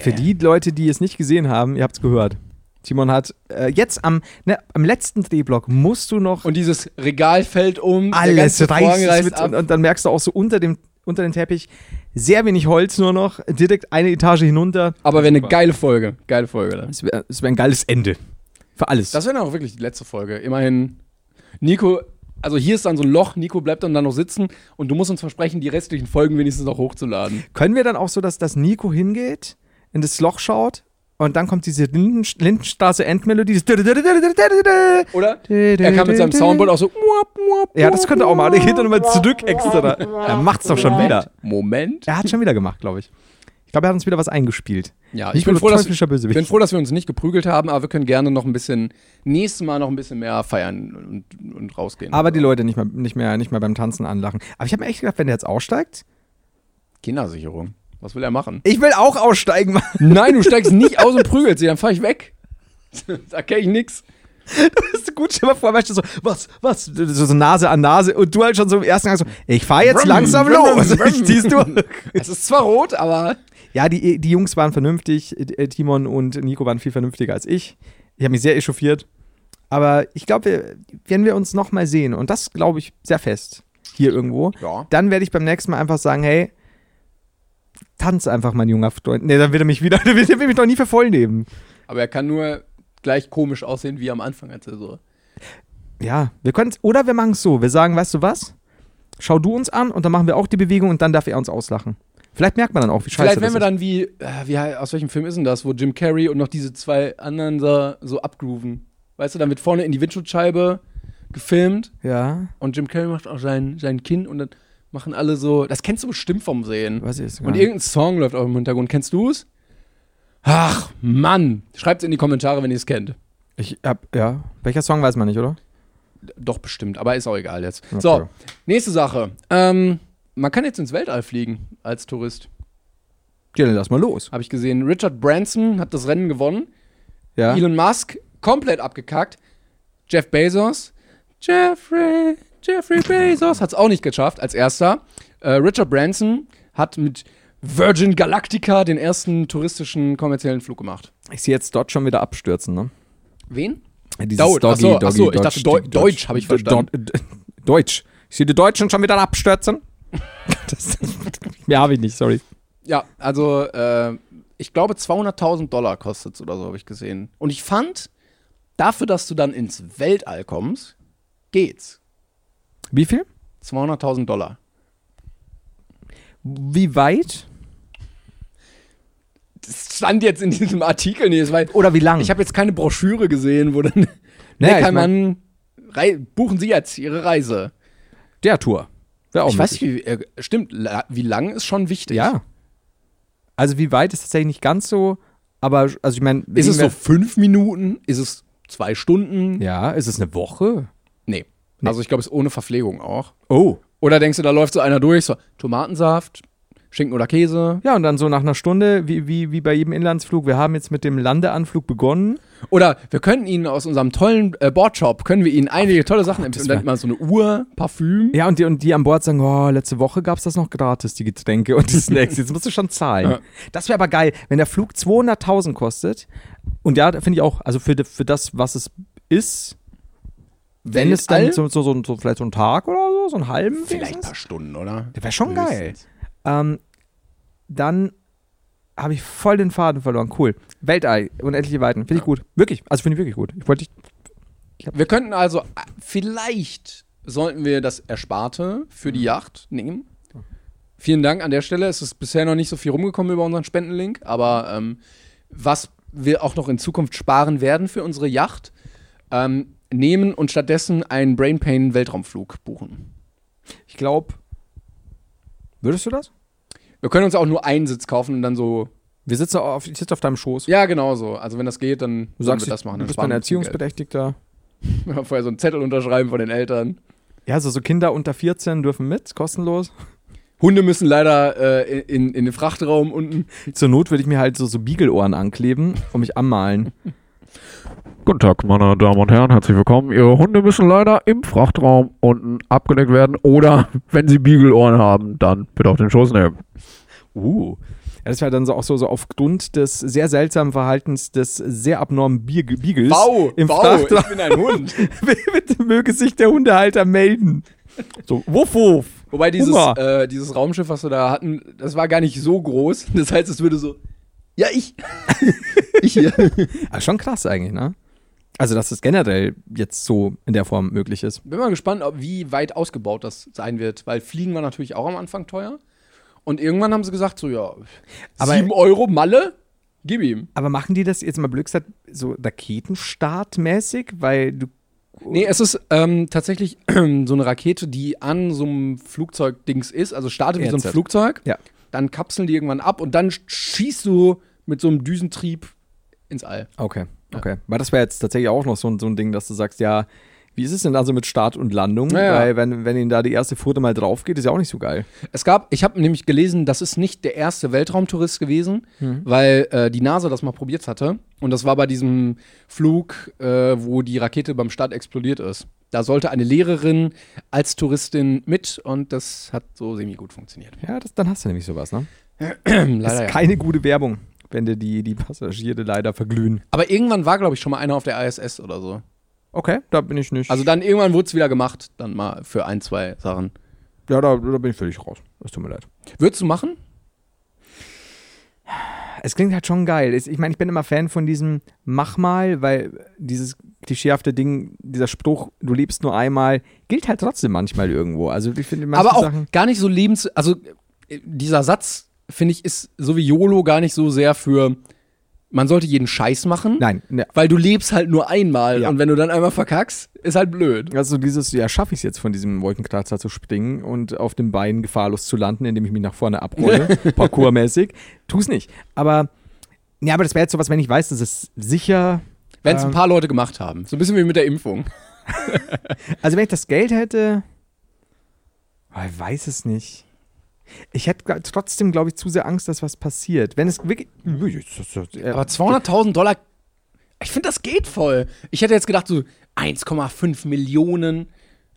Für die Leute, die es nicht gesehen haben, ihr habt's gehört. Timon hat äh, jetzt am, ne, am letzten Drehblock musst du noch Und dieses Regal fällt um, der alles ganze Vorhang reißt reißt mit, ab. und, und dann merkst du auch so unter dem unter den Teppich sehr wenig Holz nur noch, direkt eine Etage hinunter. Aber wäre eine geile Folge. Geile Folge. Oder? Es wäre wär ein geiles Ende. Für alles. Das wäre dann auch wirklich die letzte Folge. Immerhin, Nico, also hier ist dann so ein Loch, Nico bleibt dann da noch sitzen und du musst uns versprechen, die restlichen Folgen wenigstens noch hochzuladen. Können wir dann auch so, dass das Nico hingeht, in das Loch schaut und dann kommt diese Linden Lindenstraße Endmelodie. dieses Oder? Er kam mit seinem Soundboard auch so. muap, muap, Ja, das könnte auch mal. Der muap, geht dann immer zurück extra. Er macht's doch schon wieder. Moment. Er hat schon wieder gemacht, glaube ich. Ich glaube, er hat uns wieder was eingespielt. Ja, Nico, ich bin du froh, dass, teuflischer Bösewicht. bin froh, dass wir uns nicht geprügelt haben, aber wir können gerne noch ein bisschen, nächstes Mal noch ein bisschen mehr feiern und, und rausgehen. Aber die Leute nicht mehr, nicht mehr, nicht mehr beim Tanzen anlachen. Aber ich habe mir echt gedacht, wenn der jetzt aussteigt. Kindersicherung. Was will er machen? Ich will auch aussteigen, Mann. Nein, du steigst nicht aus und prügelst sie, dann fahr ich weg. da kenn ich nix. Das ist gut, stell mal vor, weißt du, so, was, was, so, so Nase an Nase und du halt schon so im ersten Gang so, ich fahr jetzt Brumm, langsam brumm, los. brumm. Ich zieh's durch. Es ist zwar rot, aber Ja, die, die Jungs waren vernünftig. äh, Timon und Nico waren viel vernünftiger als ich. Ich habe mich sehr echauffiert. Aber ich glaube, wir- wenn wir uns nochmal sehen, und das glaube ich sehr fest, hier irgendwo, Ja. dann werde ich beim nächsten Mal einfach sagen, hey, tanz einfach, mein junger Freund. Nee, dann wird er mich wieder, dann wird er mich doch nie für voll nehmen. Aber er kann nur gleich komisch aussehen wie am Anfang, als er so. Ja, wir können oder wir machen es so, wir sagen, weißt du was? Schau du uns an und dann machen wir auch die Bewegung und dann darf er uns auslachen. Vielleicht merkt man dann auch, wie scheiße Vielleicht wenn das wir ist. dann wie, äh, wie, he- aus welchem Film ist denn das, wo Jim Carrey und noch diese zwei anderen da so abgrooven. Weißt du, dann wird vorne in die Windschutzscheibe gefilmt ja. und Jim Carrey macht auch sein, sein Kinn und dann machen alle so, das kennst du bestimmt vom Sehen. Weiß ich jetzt gar Und nicht. irgendein Song läuft auch im Hintergrund. Kennst du es? Ach, Mann. Schreibt's in die Kommentare, wenn ihr es kennt. Ich hab, ja. Welcher Song weiß man nicht, oder? Doch, bestimmt, aber ist auch egal jetzt. So, nächste Sache. Ähm, man kann jetzt ins Weltall fliegen als Tourist. Ja, dann lass mal los. Habe ich gesehen. Richard Branson hat das Rennen gewonnen. Ja. Elon Musk komplett abgekackt. Jeff Bezos. Jeffrey, Jeffrey Bezos hat es auch nicht geschafft als erster. Äh, Richard Branson hat mit Virgin Galactica den ersten touristischen kommerziellen Flug gemacht. Ich sehe jetzt dort schon wieder abstürzen, ne? Wen? Dieses Dau- Doggy, achso, Doggy, achso, ich Dodge, dachte, Deu- Dodge, Deutsch habe ich Dodge, verstanden. Dodge, Deutsch. Ich sehe die Deutschen schon wieder abstürzen. Das, mehr habe ich nicht, sorry. Ja, also äh, ich glaube 200.000 Dollar kostet es oder so, habe ich gesehen. Und ich fand, dafür, dass du dann ins Weltall kommst, geht's. Wie viel? 200.000 Dollar. Wie weit? Das stand jetzt in diesem Artikel nicht. Weil Oder wie lang? ich habe jetzt keine Broschüre gesehen, wo dann Naja, ich Neckermann, rei buchen Sie jetzt Ihre Reise. der Tour. Wäre auch ich weiß, Oh, wie, möglich. äh, stimmt, la- wie lang ist schon wichtig. Ja. Also wie weit ist tatsächlich nicht ganz so, aber also ich meine, Ist es nehmen so fünf Minuten? Ist es zwei Stunden? wir- Ja, ist es eine Woche? Nee. Also ich glaube, es ist ohne Verpflegung auch. Oh. Oder denkst du, da läuft so einer durch, so Tomatensaft, Schinken oder Käse? Ja, und dann so nach einer Stunde, wie, wie, wie bei jedem Inlandsflug, wir haben jetzt mit dem Landeanflug begonnen. Oder wir können Ihnen aus unserem tollen äh, Boardshop, können wir Ihnen einige tolle Sachen empfehlen. Und dann mal so eine Uhr, Parfüm. Ja, und die, und die an Bord sagen, oh, letzte Woche gab es das noch gratis, die Getränke und die Snacks. Jetzt musst du schon zahlen. Ja. Das wäre aber geil, wenn der Flug 200.000 kostet. Und ja, da finde ich auch, also für, de- für das, was es ist, wenn es dann so, so, so, so vielleicht so ein Tag oder so, so einen halben vielleicht ein wenigstens. paar Stunden, oder? Der wäre schon geil. Ähm, dann habe ich voll den Faden verloren. Cool. Weltall, unendliche Weiten. Finde ich gut. Wirklich. Also finde ich wirklich gut. Ich wollte dich. Wir könnten also, äh, vielleicht sollten wir das Ersparte für Mhm. die Yacht nehmen. Vielen Dank an der Stelle. Es ist bisher noch nicht so viel rumgekommen über unseren Spendenlink, aber ähm, was wir auch noch in Zukunft sparen werden für unsere Yacht, ähm, nehmen und stattdessen einen Brain Pain Weltraumflug buchen. Ich glaube. Würdest du das? Wir können uns auch nur einen Sitz kaufen und dann so. Wir sitzen auf, ich sitze auf deinem Schoß. Ja, genau so. Also wenn das geht, dann Du sollen sagst, wir das machen. du Dann bist sparen mein wir uns viel Erziehungsberechtigter. Geld. Vorher so einen Zettel unterschreiben von den Eltern. Ja, also so Kinder unter 14 dürfen mit, kostenlos. Hunde müssen leider äh, in, in den Frachtraum unten. Zur Not würde ich mir halt so, so Beagle-Ohren ankleben und mich anmalen. Guten Tag, meine Damen und Herren, herzlich willkommen. Ihre Hunde müssen leider im Frachtraum unten abgedeckt werden oder wenn sie Beagle-Ohren haben, dann bitte auf den Schoß nehmen. Uh. Ja, das wäre dann so auch so, so aufgrund des sehr seltsamen Verhaltens des sehr abnormen Beagle- Beagles. Wow, im wow, Frachtraum. ich bin ein Hund. Bitte möge sich der Hundehalter melden. So, wuff, wuff. Wobei dieses, Hunger. äh, dieses Raumschiff, was wir da hatten, das war gar nicht so groß. Das heißt, es würde so. Ja, ich. ich hier. Aber schon krass eigentlich, ne? Also, dass es generell jetzt so in der Form möglich ist. Bin mal gespannt, ob, wie weit ausgebaut das sein wird, weil Fliegen war natürlich auch am Anfang teuer. Und irgendwann haben sie gesagt, so ja, Aber- 7 Euro Malle, gib ihm. Aber machen die das jetzt mal blöd gesagt so Raketenstartmäßig? Weil du. Nee, es ist ähm, tatsächlich so eine Rakete, die an so einem Flugzeugdings ist, also startet wie so ein RZ. Flugzeug, Ja. dann kapseln die irgendwann ab und dann sch- schießt du mit so einem Düsentrieb ins All. Okay, okay. Weil das wäre jetzt tatsächlich auch noch so, ein- so ein Ding, dass du sagst, ja. Wie ist es denn also mit Start und Landung? Ja, ja. Weil wenn, wenn ihnen da die erste Pfote mal drauf geht, ist ja auch nicht so geil. Es gab, ich habe nämlich gelesen, das ist nicht der erste Weltraumtourist gewesen, weil äh, die NASA das mal probiert hatte. Und das war bei diesem Flug, äh, wo die Rakete beim Start explodiert ist. Da sollte eine Lehrerin als Touristin mit und das hat so semi gut funktioniert. Ja, das, dann hast du nämlich sowas, ne? Hm, Leider ja. Keine gute Werbung, wenn dir die, die Passagiere leider verglühen. Aber irgendwann war, glaube ich, schon mal einer auf der ISS oder so. Okay, da bin ich nicht. Also dann irgendwann wurde es wieder gemacht, dann mal für ein, zwei Sachen. ja, da, da bin ich völlig raus. Es tut mir leid. Würdest du machen? Es klingt halt schon geil. Es- Ich meine, ich bin immer Fan von diesem Mach mal, weil dieses klischeehafte Ding, dieser Spruch, du lebst nur einmal, gilt halt trotzdem manchmal irgendwo. Also ich finde manche Aber auch Sachen. gar nicht so lebens. Also äh, dieser Satz, finde ich, ist so wie YOLO gar nicht so sehr für man sollte jeden Scheiß machen. Nein, ne. Weil du lebst halt nur einmal Ja. und wenn du dann einmal verkackst, ist halt blöd. Also dieses, ja, schaffe ich es jetzt von diesem Wolkenkratzer zu springen und auf dem Bein gefahrlos zu landen, indem ich mich nach vorne abrolle, parkourmäßig. Tu es nicht. Aber, ja, aber das wäre jetzt sowas, wenn ich weiß, dass es sicher, Wenn es Ähm. ein paar Leute gemacht haben. So ein bisschen wie mit der Impfung. also wenn ich das Geld hätte, Ah, ich weiß es nicht. Ich hätte gra- trotzdem, glaube ich, zu sehr Angst, dass was passiert. Wenn es wirklich, äh, Aber 200.000 Dollar, ich finde, das geht voll. Ich hätte jetzt gedacht, so 1,5 Millionen.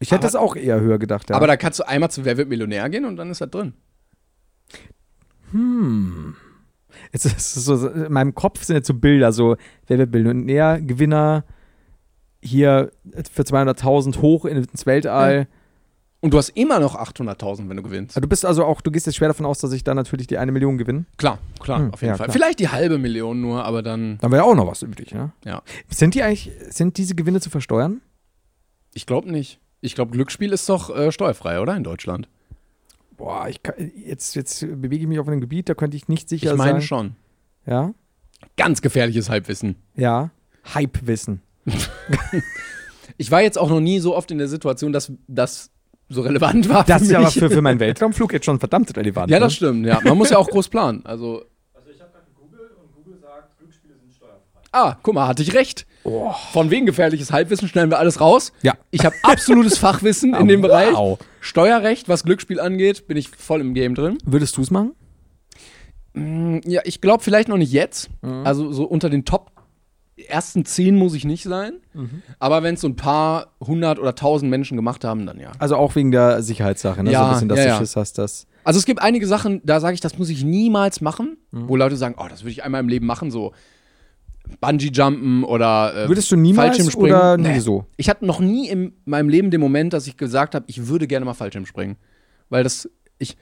ich hätte das auch eher höher gedacht. Ja. Aber da kannst du einmal zu Wer wird Millionär gehen und dann ist das drin. Es ist so, in meinem Kopf sind jetzt so Bilder, so, wer wird Millionär, Gewinner, hier äh, für 200.000 hoch ins Weltall. Und du hast immer noch 800.000, wenn du gewinnst. Aber du bist also auch, du gehst jetzt schwer davon aus, dass ich da natürlich die eine Million gewinne. Klar, klar, Hm, auf jeden ja, Fall. klar. Vielleicht die halbe Million nur, aber dann, Dann wäre ja auch noch was übrig, ne? ja. Sind die eigentlich, sind diese Gewinne zu versteuern? Ich glaube nicht. Ich glaube, Glücksspiel ist doch äh, steuerfrei, oder? In Deutschland. Boah, ich kann, jetzt, jetzt bewege ich mich auf einem Gebiet, da könnte ich nicht Ich sicher meine sein. schon. Ja, Ganz gefährliches Halbwissen. ja. Hype-Wissen. Ich war jetzt auch noch nie so oft in der Situation, dass das so relevant war. Das für mich. ist aber für, für meinen Weltraumflug jetzt schon verdammt relevant. Ja, ne? das stimmt, ja. Man muss ja auch groß planen. Also. Ah, guck mal, hatte ich recht. Von wegen gefährliches Halbwissen schneiden wir alles raus. Oh. Ja. Ich habe absolutes Fachwissen in dem Bereich. Wow. Steuerrecht, was Glücksspiel angeht, bin ich voll im Game drin. Würdest du es machen? Ja, ich glaube vielleicht noch nicht jetzt. Also so unter den Top ersten zehn muss ich nicht sein. Aber wenn es so ein paar hundert oder tausend Menschen gemacht haben, dann ja. Also auch wegen der Sicherheitssache, ne? so Ja, ein bisschen, dass ja, du ja. Schiss hast, dass. Also es gibt einige Sachen, da sage ich, das muss ich niemals machen, Mhm. wo Leute sagen, oh, das würde ich einmal im Leben machen, so Bungee-Jumpen oder äh, Würdest du niemals Fallschirmspringen. oder nie so? Ich hatte noch nie in meinem Leben den Moment, dass ich gesagt habe, ich würde gerne mal Fallschirmspringen. Weil das, ich,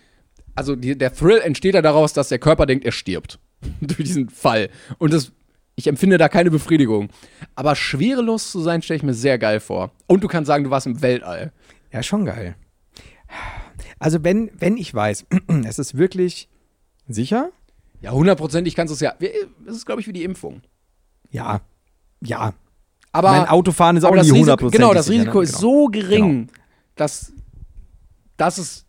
also die, der Thrill entsteht ja daraus, dass der Körper denkt, er stirbt. Durch diesen Fall. Und das, ich empfinde da keine Befriedigung. Aber schwerelos zu sein, stelle ich mir sehr geil vor. Und du kannst sagen, du warst im Weltall. Ja, schon geil. Also, wenn, wenn ich weiß, es ist wirklich sicher, Ja, hundertprozentig kannst du es ja. Das ist, glaube ich, wie die Impfung. ja. Ja. Aber mein Autofahren ist auch Aber das nicht Risiko, hundertprozentig. genau, das sicher, ne? Risiko ist Genau. so gering, dass, dass es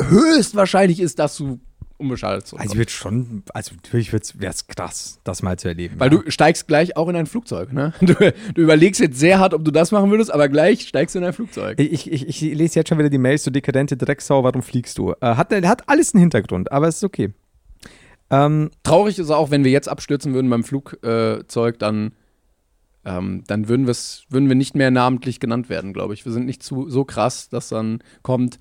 höchstwahrscheinlich ist, dass du unbeschadet zurückkommst. Also, ich würde schon, also natürlich wäre es krass, das mal zu erleben. Weil ja. du steigst gleich auch in ein Flugzeug, ne? Du, du überlegst jetzt sehr hart, ob du das machen würdest, aber gleich steigst du in ein Flugzeug. Ich, ich, ich lese jetzt schon wieder die Mails, so dekadente Drecksau, warum fliegst du? Äh, hat, hat alles einen Hintergrund, aber es ist okay. Ähm, Traurig ist auch, wenn wir jetzt abstürzen würden beim Flugzeug, äh, dann, ähm, dann würden, wir's- würden wir nicht mehr namentlich genannt werden, glaube ich. Wir sind nicht zu, so krass, dass dann kommt,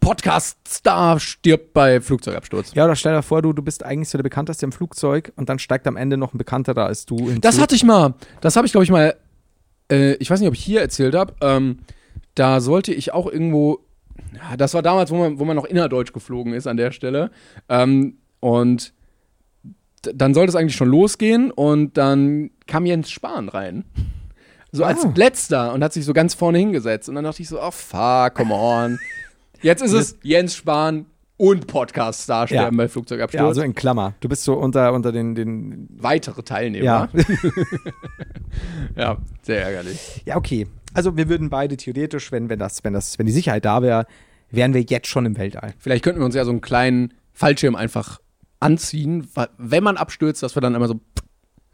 Podcast-Star stirbt bei Flugzeugabsturz. ja, oder stell dir vor, du, du bist eigentlich so der Bekannteste im Flugzeug und dann steigt am Ende noch ein Bekannterer als du hinzu. Das hatte ich mal. Das habe ich, glaube ich, mal. Äh, ich weiß nicht, ob ich hier erzählt habe. Ähm, da sollte ich auch irgendwo. Ja, das war damals, wo man, wo man noch innerdeutsch geflogen ist an der Stelle. Ähm, und d- dann sollte es eigentlich schon losgehen und dann kam Jens Spahn rein. So als Ah. letzter und hat sich so ganz vorne hingesetzt. Und dann dachte ich so, oh fuck, come on. Jetzt ist es Jens Spahn und Podcast-Star sterben bei Flugzeugabsturz. Ja, also in Klammer. Du bist so unter, unter den, den Weitere Teilnehmer. Ja. ja, sehr ärgerlich. ja, okay. Also wir würden beide theoretisch, wenn, wenn, das, wenn, das, wenn die Sicherheit da wäre, wären wir jetzt schon im Weltall. Vielleicht könnten wir uns ja so einen kleinen Fallschirm einfach anziehen, wa- wenn man abstürzt, dass wir dann immer so,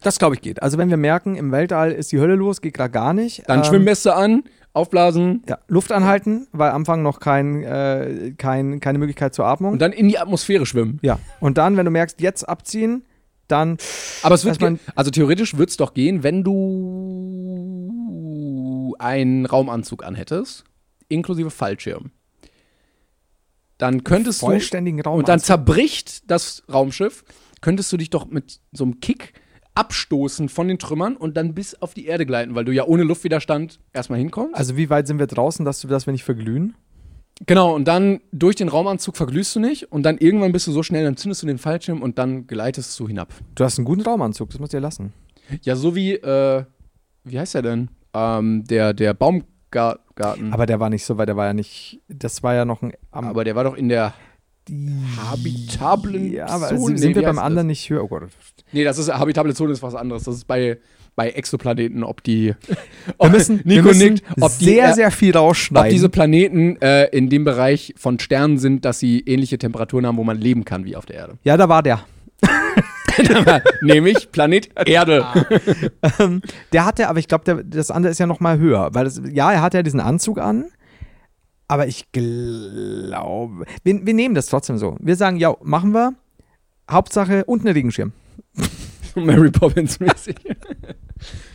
Das glaube ich geht. Also wenn wir merken, im Weltall ist die Hölle los, geht gerade gar nicht. dann ähm, Schwimmweste an, aufblasen Ja, Luft anhalten, weil am Anfang noch kein, äh, kein, keine Möglichkeit zur Atmung. und dann in die Atmosphäre schwimmen. ja. Und dann, wenn du merkst, jetzt abziehen, dann Aber es wird, Dass man- ge- also theoretisch wird es doch gehen, wenn du einen Raumanzug anhättest, inklusive Fallschirm. Dann könntest du, vollständigen Raum. und dann zerbricht das Raumschiff, könntest du dich doch mit so einem Kick abstoßen von den Trümmern und dann bis auf die Erde gleiten, weil du ja ohne Luftwiderstand erstmal hinkommst. also wie weit sind wir draußen, dass du das, wenn ich verglühen? Genau, und dann durch den Raumanzug verglühst du nicht und dann irgendwann bist du so schnell, dann zündest du den Fallschirm und dann gleitest du hinab. Du hast einen guten Raumanzug, das musst du dir lassen. Ja, so wie, äh, wie heißt der denn? Ähm, der, der Baumgarten. Mhm. Aber der war nicht so weit, der war ja nicht, das war ja noch ein, am- Aber der war doch in der Die Habitablen ja, aber also Zonen, sind nee, wir wie beim heißt anderen nicht höher. Oh Gott. Nee, das ist habitable Zone ist was anderes. Das ist bei, bei Exoplaneten, ob die Wir müssen, Nico wir müssen nickt, ob die, sehr, äh, sehr viel ob rausschneiden. diese Planeten äh, in dem Bereich von Sternen sind, dass sie ähnliche Temperaturen haben, wo man leben kann wie auf der Erde. ja, da war der. Nämlich Planet Erde. Ah. Der hatte, aber ich glaube, das andere ist ja noch mal höher. Weil das, ja, er hatte ja diesen Anzug an, aber ich glaube, wir, wir nehmen das trotzdem so. Wir sagen, ja, machen wir. Hauptsache und einen Regenschirm. Mary Poppins mäßig.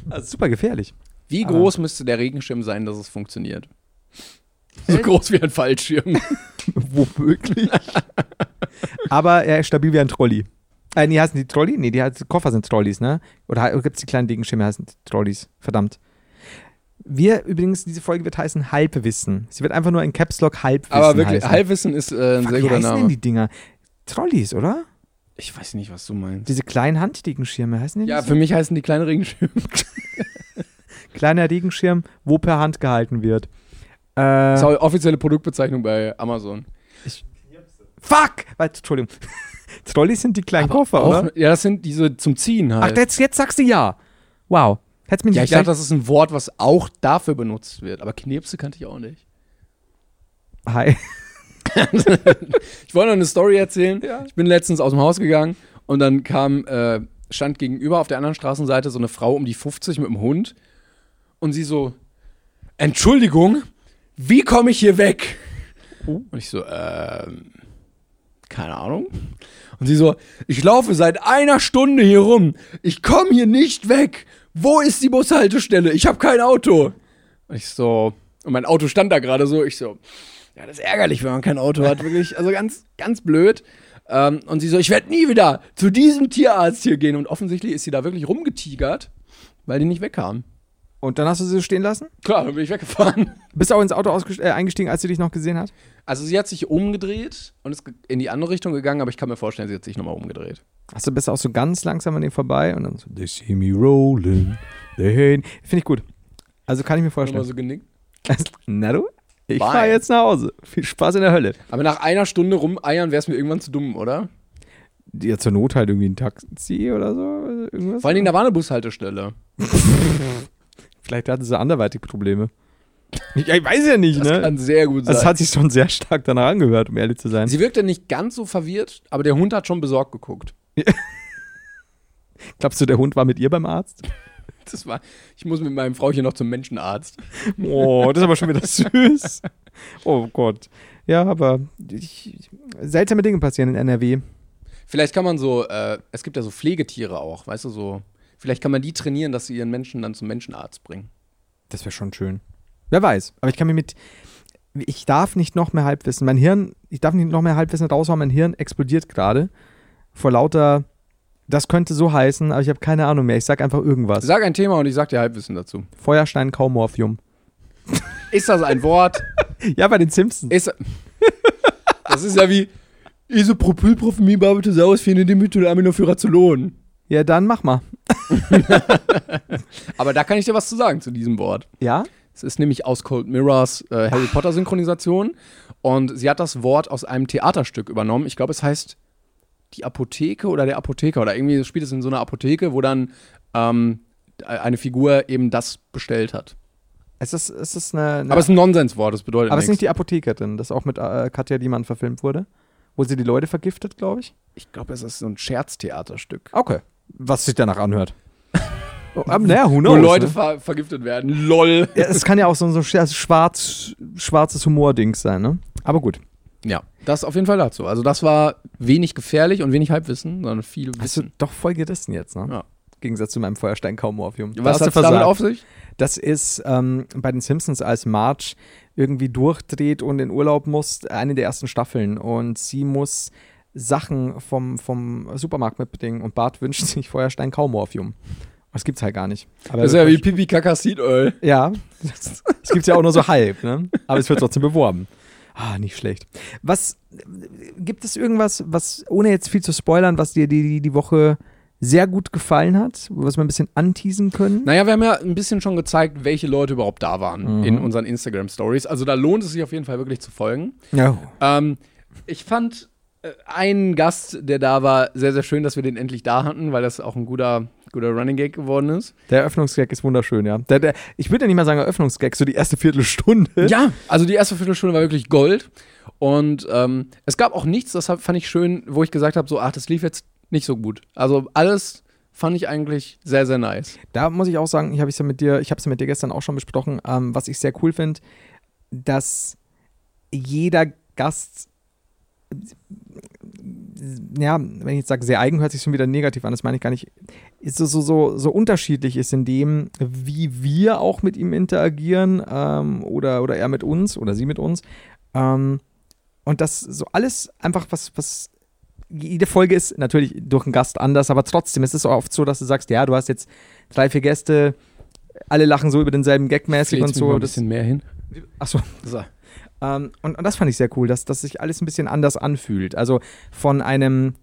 Also super gefährlich. Wie groß müsste der Regenschirm sein, dass es funktioniert? So groß wie ein Fallschirm. Womöglich. aber er ist stabil wie ein Trolley. Äh, nee, heißen die Trolley? Nee, die heißen- Koffer sind Trolleys, ne? Oder gibt es die kleinen Regenschirme, heißen Trolleys. Verdammt. Wir übrigens, diese Folge wird heißen Halbwissen. Sie wird einfach nur in Caps Lock Halbwissen Aber wirklich, heißen. Halbwissen ist äh, ein Fuck, sehr Wie guter heißen denn Name. die Dinger? Trolleys, oder? Ich weiß nicht, was du meinst. Diese kleinen Handregenschirme heißen die Ja, nicht so? für mich heißen die kleinen Regenschirme. Kleiner Regenschirm, wo per Hand gehalten wird. Das Äh, ist auch offizielle Produktbezeichnung bei Amazon. fuck! Warte, Entschuldigung. Trolleys sind die kleinen Koffer, Auch- oder? Ja, das sind diese zum Ziehen Ach, halt. jetzt, jetzt sagst du ja. Wow. Hättest mich ja, nicht ich dachte, das ist ein Wort, was auch dafür benutzt wird. Aber Knirpse kannte ich auch nicht. Hi. Ich wollte noch eine Story erzählen. Ich bin letztens aus dem Haus gegangen und dann kam, äh, stand gegenüber auf der anderen Straßenseite so eine Frau um die 50 mit dem Hund und sie so, Entschuldigung, wie komme ich hier weg? Und ich so, ähm, keine Ahnung. Und sie so, ich laufe seit einer Stunde hier rum. Ich komme hier nicht weg. Wo ist die Bushaltestelle? Ich habe kein Auto. Und ich so, und mein Auto stand da gerade so. Ich so, ja, das ist ärgerlich, wenn man kein Auto hat, wirklich. Also ganz, ganz blöd. Ähm, und sie so, ich werde nie wieder zu diesem Tierarzt hier gehen. Und offensichtlich ist sie da wirklich rumgetigert, weil die nicht wegkam. Und dann hast du sie stehen lassen? Klar, dann bin ich weggefahren. Bist du auch ins Auto ausgest- äh, eingestiegen, als sie dich noch gesehen hat? Also sie hat sich umgedreht und ist ge- in die andere Richtung gegangen, aber ich kann mir vorstellen, sie hat sich nochmal umgedreht. Hast du bist auch so ganz langsam an dem vorbei und dann so, they see me rolling. They hate- Finde ich gut. Also kann ich mir Nochmal vorstellen. so genickt. Na du, ich Bye. fahre jetzt nach Hause. Viel Spaß in der Hölle. Aber nach einer Stunde rumeiern wäre es mir irgendwann zu dumm, oder? Ja, zur Not halt irgendwie ein Taxi oder so. Irgendwas. Vor allen Dingen, da war eine Bushaltestelle. Vielleicht hatten sie anderweitig Probleme. Ich, ich weiß ja nicht, Das ne? kann sehr gut sein. Das hat sich schon sehr stark danach angehört, um ehrlich zu sein. sie wirkte nicht ganz so verwirrt, aber der Hund hat schon besorgt geguckt. Glaubst du, der Hund war mit ihr beim Arzt? Das war, ich muss mit meinem Frauchen noch zum Menschenarzt. Oh, das ist aber schon wieder süß. Oh Gott. Ja, aber ich, seltsame Dinge passieren in NRW. Vielleicht kann man so, äh, es gibt ja so Pflegetiere auch, weißt du, so. Vielleicht kann man die trainieren, dass sie ihren Menschen dann zum Menschenarzt bringen. Das wäre schon schön. Wer weiß. Aber ich kann mir mit. Ich darf nicht noch mehr Halbwissen. Mein Hirn, ich darf nicht noch mehr Halbwissen raushauen. Mein Hirn explodiert gerade. Vor lauter. Das könnte so heißen, aber ich habe keine Ahnung mehr. Ich sag einfach irgendwas. Sag ein Thema und ich sag dir Halbwissen dazu. Feuerstein Kaumorphium. Ist das ein Wort? Ja, bei den Simpsons. Ist, das ist ja wie Isopropylprofamid, Barbitosaurus, Phenedimethyl, Aminophyrazolon. Ja, dann mach mal. Aber da kann ich dir was zu sagen zu diesem Wort. Ja? Es ist nämlich aus Cold Mirrors äh, Harry Potter Synchronisation und sie hat das Wort aus einem Theaterstück übernommen. Ich glaube, es heißt die Apotheke oder der Apotheker oder irgendwie spielt es in so einer Apotheke, wo dann ähm, eine Figur eben das bestellt hat. Es ist, es ist eine. eine Aber es ist ein Nonsenswort, das bedeutet aber es ist nicht nichts. die Apothekerin, das auch mit äh, Katja Diemann verfilmt wurde. Wo sie die Leute vergiftet, glaube ich. Ich glaube, es ist so ein Scherztheaterstück. Okay. Was sich danach anhört. oh, aber naja, who Wo knows, Leute ne? ver vergiftet werden. LOL. Ja, es kann ja auch so ein so sch- schwarz, schwarzes Humor-Dings sein, ne? Aber gut. Ja, das auf jeden Fall dazu. Also das war wenig gefährlich und wenig Halbwissen, sondern viel Hast du Wissen. doch voll gerissen jetzt, ne? Ja. Im Gegensatz zu meinem Feuerstein kaum Morphium. Da Was hast du hat damit versagt. auf sich? Das ist ähm, bei den Simpsons, als Marge irgendwie durchdreht und in Urlaub muss, eine der ersten Staffeln. Und sie muss Sachen vom, vom Supermarkt mitbringen und Bart wünscht sich Feuerstein Kaumorphium. Das gibt's halt gar nicht. Aber Das ist ja wie Pipi äh, Kakasitöl. Ja, das, das gibt es ja auch nur so halb, ne? aber es wird trotzdem beworben. Ah, nicht schlecht. Was gibt es irgendwas, was, ohne jetzt viel zu spoilern, was dir die, die, die Woche sehr gut gefallen hat, was wir ein bisschen anteasen können? Naja, wir haben ja ein bisschen schon gezeigt, welche Leute überhaupt da Mhm. waren in unseren Instagram-Stories. Also da lohnt es sich auf jeden Fall wirklich zu folgen. Ja. Ähm, ich fand äh, einen Gast, der da war, sehr, sehr schön, dass wir den endlich da hatten, weil das auch ein guter, guter Running Gag geworden ist. Der Eröffnungsgag ist wunderschön, ja. Der, der, ich würde ja nicht mal sagen Eröffnungsgag, so die erste Viertelstunde. Ja, also die erste Viertelstunde war wirklich Gold. Und ähm, es gab auch nichts, das hab, fand ich schön, wo ich gesagt habe, so, ach, das lief jetzt nicht so gut. Also alles fand ich eigentlich sehr, sehr nice. Da muss ich auch sagen, ich habe es ja mit dir, ich habe es ja mit dir gestern auch schon besprochen, ähm, was ich sehr cool finde, dass jeder Gast ja, wenn ich jetzt sage, sehr eigen, hört sich schon wieder negativ an, das meine ich gar nicht, ist so, so, so, so unterschiedlich ist in dem, wie wir auch mit ihm interagieren ähm, oder, oder er mit uns oder sie mit uns. Ähm, und das so alles einfach, was, was jede Folge ist natürlich durch einen Gast anders, aber trotzdem ist es oft so, dass du sagst, ja, du hast jetzt drei, vier Gäste, alle lachen so über denselben Gag mäßig und Fliegt's mir mal so. ein Das, bisschen mehr hin. ach so, So. ähm, und, und das fand ich sehr cool, dass, dass sich alles ein bisschen anders anfühlt. Also von einem.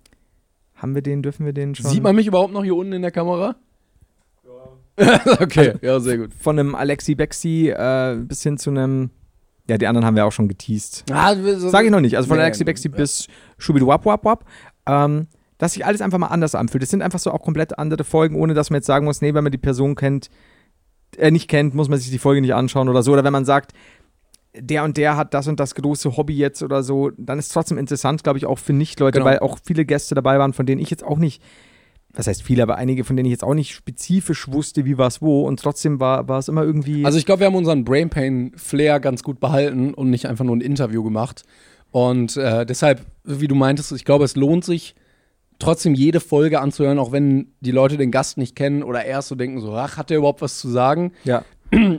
Haben wir den, dürfen wir den schon? Sieht man mich überhaupt noch hier unten in der Kamera? Ja. okay, ja, sehr gut. Von einem Alexi Bexi äh, bis hin zu einem. Ja, die anderen haben wir auch schon geteased. Ah, so Sage ich noch nicht. Also von Nee, Alexi nee, Bexi ja. bis Schubidu Wap Wap Wap. Ähm, dass sich alles einfach mal anders anfühlt. Es sind einfach so auch komplett andere Folgen, ohne dass man jetzt sagen muss, nee, wenn man die Person kennt, äh, nicht kennt, muss man sich die Folge nicht anschauen oder so. Oder wenn man sagt, der und der hat das und das große Hobby jetzt oder so, dann ist es trotzdem interessant, glaube ich, auch für Nicht-Leute, Genau. weil auch viele Gäste dabei waren, von denen ich jetzt auch nicht, was heißt viele, aber einige, von denen ich jetzt auch nicht spezifisch wusste, wie war es wo und trotzdem war, war es immer irgendwie. Also ich glaube, wir haben unseren Brain Pain Flair ganz gut behalten und nicht einfach nur ein Interview gemacht. Und äh, deshalb, wie du meintest, ich glaube, es lohnt sich trotzdem jede Folge anzuhören, auch wenn die Leute den Gast nicht kennen oder erst so denken, so, ach, hat der überhaupt was zu sagen? ja.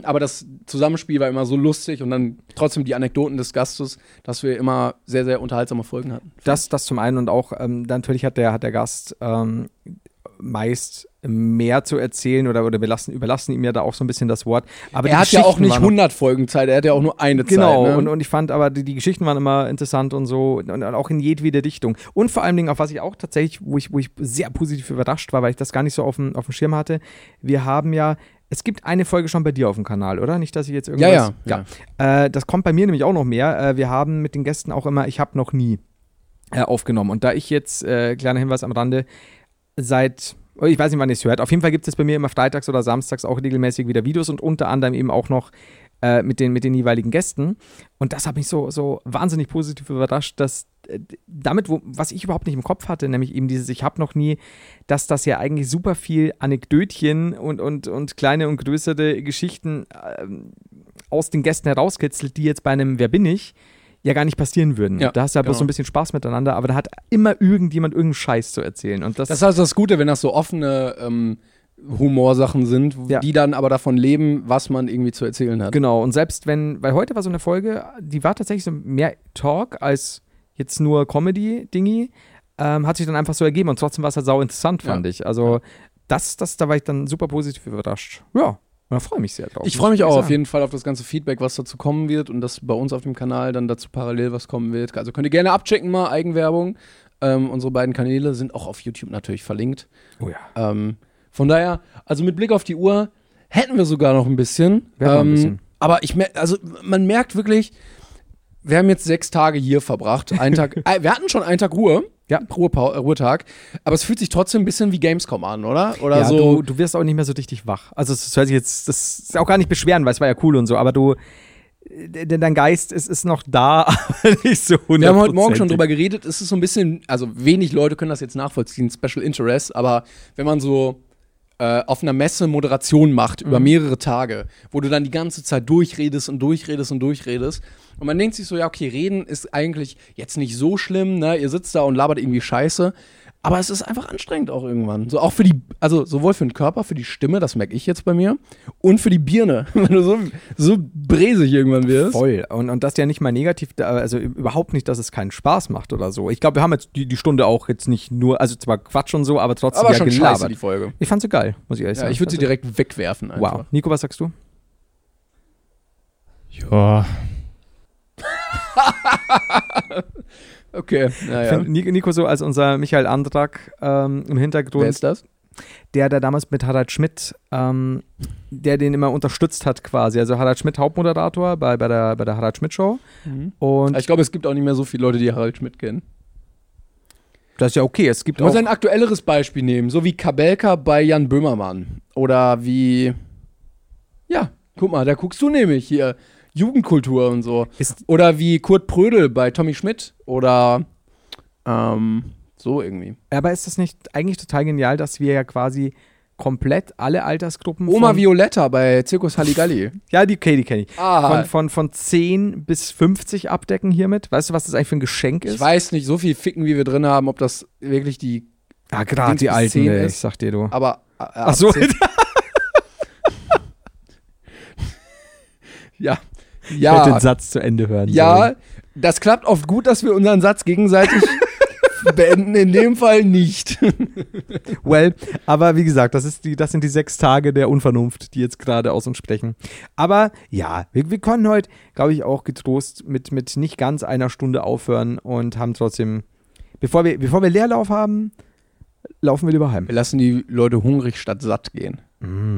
Aber das Zusammenspiel war immer so lustig und dann trotzdem die Anekdoten des Gastes, dass wir immer sehr, sehr unterhaltsame Folgen hatten. Das, das zum einen und auch ähm, natürlich hat der, hat der Gast ähm, meist mehr zu erzählen oder, oder wir lassen, überlassen ihm ja da auch so ein bisschen das Wort. Aber die er hat ja auch Geschichten nicht waren noch- 100 Folgen Zeit, er hat ja auch nur eine Genau, Zeit. ne? und, und ich fand aber, die, die Geschichten waren immer interessant und so, und, und auch in jedwede Richtung. Und vor allen Dingen, auf was ich auch tatsächlich, wo ich, wo ich sehr positiv überrascht war, weil ich das gar nicht so auf dem, auf dem Schirm hatte, wir haben ja, es gibt eine Folge schon bei dir auf dem Kanal, oder? Nicht, dass ich jetzt irgendwas... ja, ja. Äh, das kommt bei mir nämlich auch noch mehr. Äh, wir haben mit den Gästen auch immer, ich habe noch nie äh, aufgenommen. Und da ich jetzt, äh, kleiner Hinweis am Rande, seit, oh, ich weiß nicht, wann ihr es hört, auf jeden Fall gibt es bei mir immer freitags oder samstags auch regelmäßig wieder Videos und unter anderem eben auch noch äh, mit, den, mit den jeweiligen Gästen. Und das hat mich so, so wahnsinnig positiv überrascht, dass äh, damit, wo, was ich überhaupt nicht im Kopf hatte, nämlich eben dieses Ich habe noch nie, dass das ja eigentlich super viel Anekdötchen und, und, und kleine und größere Geschichten ähm, aus den Gästen herauskitzelt, die jetzt bei einem Wer bin ich ja gar nicht passieren würden. Ja, da hast du ja bloß genau. so ein bisschen Spaß miteinander, aber da hat immer irgendjemand irgendeinen Scheiß zu erzählen. Und das, Das ist also das Gute, wenn das so offene ähm, Humorsachen sind, Ja. die dann aber davon leben, was man irgendwie zu erzählen hat. Genau, und selbst wenn, weil heute war so eine Folge, die war tatsächlich so mehr Talk als jetzt nur Comedy-Dingi, ähm, hat sich dann einfach so ergeben und trotzdem war es halt sau interessant, fand Ja. ich. Also, das, das, da war ich dann super positiv überrascht. Ja, und da freue ich mich sehr drauf. Ich freue mich auch auf jeden jeden Fall auf das ganze Feedback, was dazu kommen wird und dass bei uns auf dem Kanal dann dazu parallel was kommen wird. Also könnt ihr gerne abchecken mal, Eigenwerbung. Ähm, unsere beiden Kanäle sind auch auf YouTube natürlich verlinkt. Oh ja. Ähm, von daher, also mit Blick auf die Uhr hätten wir sogar noch ein bisschen. Wir haben noch ein ähm, bisschen. Aber ich mer also man merkt wirklich, wir haben jetzt sechs Tage hier verbracht. Einen Tag, äh, wir hatten schon einen Tag Ruhe. Ja. Ruhepa äh, Ruhetag. Aber es fühlt sich trotzdem ein bisschen wie Gamescom an, oder? Oder Ja, so. du, du wirst auch nicht mehr so richtig wach. Also, das hört sich jetzt, das ist auch gar nicht beschweren, weil es war ja cool und so, aber du, denn dein Geist ist, ist noch da, aber nicht so 100%. wir haben heute Morgen schon drüber geredet. Es ist so ein bisschen, also wenig Leute können das jetzt nachvollziehen, Special Interest, aber wenn man so äh, auf einer Messe Moderation macht Mhm. über mehrere Tage, wo du dann die ganze Zeit durchredest und durchredest und durchredest. Und man denkt sich so, ja, okay, reden ist eigentlich jetzt nicht so schlimm, ne? Ihr sitzt da und labert irgendwie Scheiße. Aber es ist einfach anstrengend auch irgendwann. So auch für die, also sowohl für den Körper, für die Stimme, das merke ich jetzt bei mir, und für die Birne, wenn du so, so bresig irgendwann wirst. Voll. Und, und das ja nicht mal negativ, da- also überhaupt nicht, dass es keinen Spaß macht oder so. Ich glaube, wir haben jetzt die, die Stunde auch jetzt nicht nur, also zwar Quatsch und so, aber trotzdem Aber ja schon gelabert. scheiße, die Folge. Ich fand sie geil, muss ich ehrlich Ja, sagen. ich würde sie Also- direkt wegwerfen. Einfach. Wow. Nico, was sagst du? Ja, Okay, naja. Ni- Nico so als unser Michael Andrak ähm, im Wer Hintergrund, ist das? der da damals mit Harald Schmidt, ähm, der den immer unterstützt hat quasi. Also Harald Schmidt Hauptmoderator Mhm. bei, bei der, bei der Harald Schmidt Show. Und Ah, Also, Ich glaube, es gibt auch nicht mehr so viele Leute, die Harald Schmidt kennen. Das ist ja okay. Es gibt Du auch. musst ein aktuelleres Beispiel nehmen, so wie Kabelka bei Jan Böhmermann. Oder wie. Ja, guck mal, da guckst du nämlich hier. Jugendkultur und so. Ist- Oder wie Kurt Prödel bei Tommy Schmidt. Oder. Ähm, so irgendwie. Aber ist das nicht eigentlich total genial, dass wir ja quasi komplett alle Altersgruppen. Oma von, Violetta bei Zirkus Halligalli. Ja, die, okay, die kenne ich. Ah. Von, von, von 10 bis 50 abdecken hiermit. Weißt du, was das eigentlich für ein Geschenk ist? Ich weiß nicht, so viel Ficken, wie wir drin haben, ob das wirklich die. Ah, gerade die Links bis Alten, 10 ey, ist. ich sag dir du. Aber. Äh, Ach so. 18 ja. Ja. Satz zu Ende hören. Ja, das klappt oft gut, dass wir unseren Satz gegenseitig beenden. In dem Fall nicht. Well, aber wie gesagt, das, ist die, das sind die sechs Tage der Unvernunft, die jetzt gerade aus uns sprechen. Aber ja, wir, wir konnten heute, glaube ich, auch getrost mit, mit nicht ganz einer Stunde aufhören und haben trotzdem, bevor wir, bevor wir Leerlauf haben, laufen wir lieber heim. Wir lassen die Leute hungrig statt satt gehen.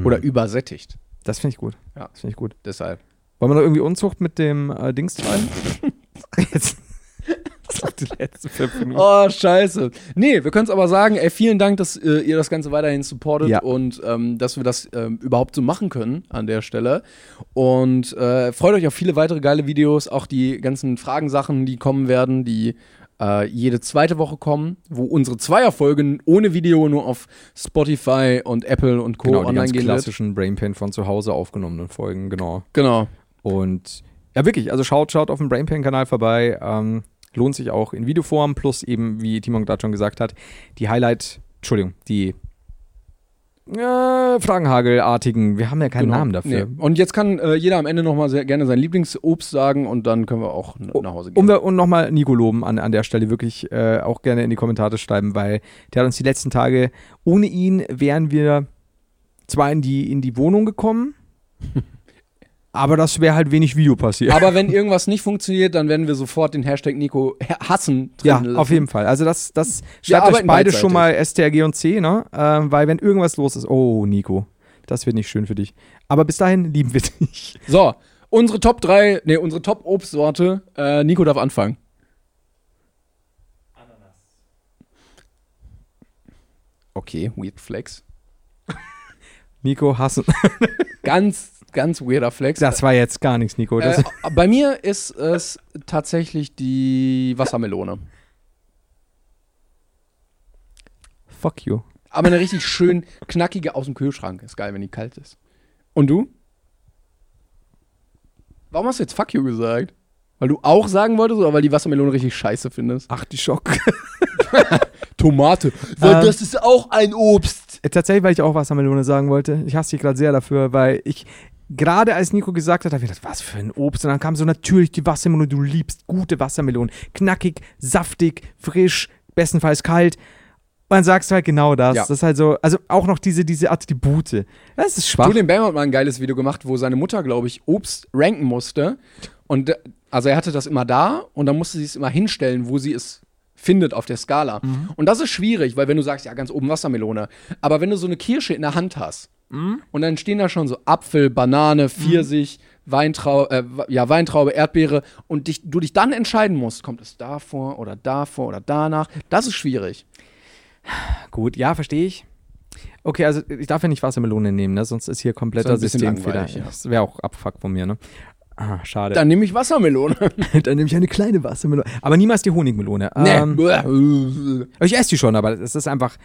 Oder übersättigt. Das finde ich gut. Ja. Das finde ich gut. Deshalb. Wollen wir noch irgendwie Unzucht mit dem äh, Dings treiben? Jetzt. Das war die letzten fünf Minuten. Oh, scheiße. Nee, wir können es aber sagen, ey, vielen Dank, dass äh, ihr das Ganze weiterhin supportet Ja. und ähm, dass wir das ähm, überhaupt so machen können an der Stelle. Und äh, freut euch auf viele weitere geile Videos, auch die ganzen Fragensachen, die kommen werden, die äh, jede zweite Woche kommen, wo unsere Zweierfolgen ohne Video nur auf Spotify und Apple und Co. Genau, die online ganz gehen wird. klassischen Brainpin von zu Hause aufgenommenen Folgen, genau. Genau. Und ja, wirklich, also schaut, schaut auf dem Brainpain-Kanal vorbei. Ähm, lohnt sich auch in Videoform, plus eben, wie Timon gerade schon gesagt hat, die Highlight, Entschuldigung, die äh, Fragenhagel-artigen, wir haben ja keinen Namen dafür. Genau. Nee. Und jetzt kann äh, jeder am Ende nochmal sehr gerne sein Lieblingsobst sagen und dann können wir auch n- nach Hause gehen. Um da, und nochmal Nico loben an, an der Stelle wirklich äh, auch gerne in die Kommentare schreiben, weil der hat uns die letzten Tage, ohne ihn wären wir zwar in die, in die Wohnung gekommen, aber das wäre halt wenig Video passiert. Aber wenn irgendwas nicht funktioniert, dann werden wir sofort den Hashtag Nico ha- hassen drin Ja, lassen. auf jeden Fall. Also das, das Wir schreibt euch arbeiten beide beidseitig. schon mal STRG und C, ne? Ähm, weil wenn irgendwas los ist, oh Nico, das wird nicht schön für dich. Aber bis dahin lieben wir dich. So, unsere Top 3, nee, unsere Top Obstsorte. Äh, Nico darf anfangen. Ananas. Okay, weird flex. Nico hassen. Ganz, ganz weirder flex. Das war jetzt gar nichts, Nico. Das, äh, bei mir ist es tatsächlich die Wassermelone. fuck you. Aber eine richtig schön knackige aus dem Kühlschrank. Ist geil, wenn die kalt ist. Und du? Warum hast du jetzt fuck you gesagt? Weil du auch sagen wolltest oder weil die Wassermelone richtig scheiße findest? Ach, die Schock. Tomate. Ähm. ist auch ein Obst. Äh, Tatsächlich, weil ich auch Wassermelone sagen wollte. Ich hasse dich gerade sehr dafür, weil ich gerade als Nico gesagt hat, habe ich gedacht, was für ein Obst. Und dann kam so natürlich die Wassermelone. Du liebst gute Wassermelonen. Knackig, saftig, frisch, bestenfalls kalt. Und dann sagst du halt genau das. Ja. Das ist halt so, also auch noch diese, diese Attribute. Das ist schwach. Julian Bam hat mal ein geiles Video gemacht, wo seine Mutter, glaube ich, Obst ranken musste. Und äh, also er hatte das immer da und dann musste sie es immer hinstellen, wo sie es findet auf der Skala. Und das ist schwierig, weil wenn du sagst, ja, ganz oben Wassermelone, aber wenn du so eine Kirsche in der Hand hast und dann stehen da schon so Apfel, Banane, Pfirsich, Weintraube, äh, ja, Weintraube, Erdbeere und dich, du dich dann entscheiden musst, kommt es davor oder davor oder danach, das ist schwierig. Gut, ja, verstehe ich. Okay, also ich darf ja nicht Wassermelone nehmen, ne? sonst ist hier kompletter Ist ein bisschen Systemfehler. langweilig, ja. Das wäre auch Abfuck von mir, ne? Ah, schade. Dann nehme ich Wassermelone. dann nehme ich eine kleine Wassermelone. Aber niemals die Honigmelone. Ähm, nee. Ich esse die schon, aber es ist einfach.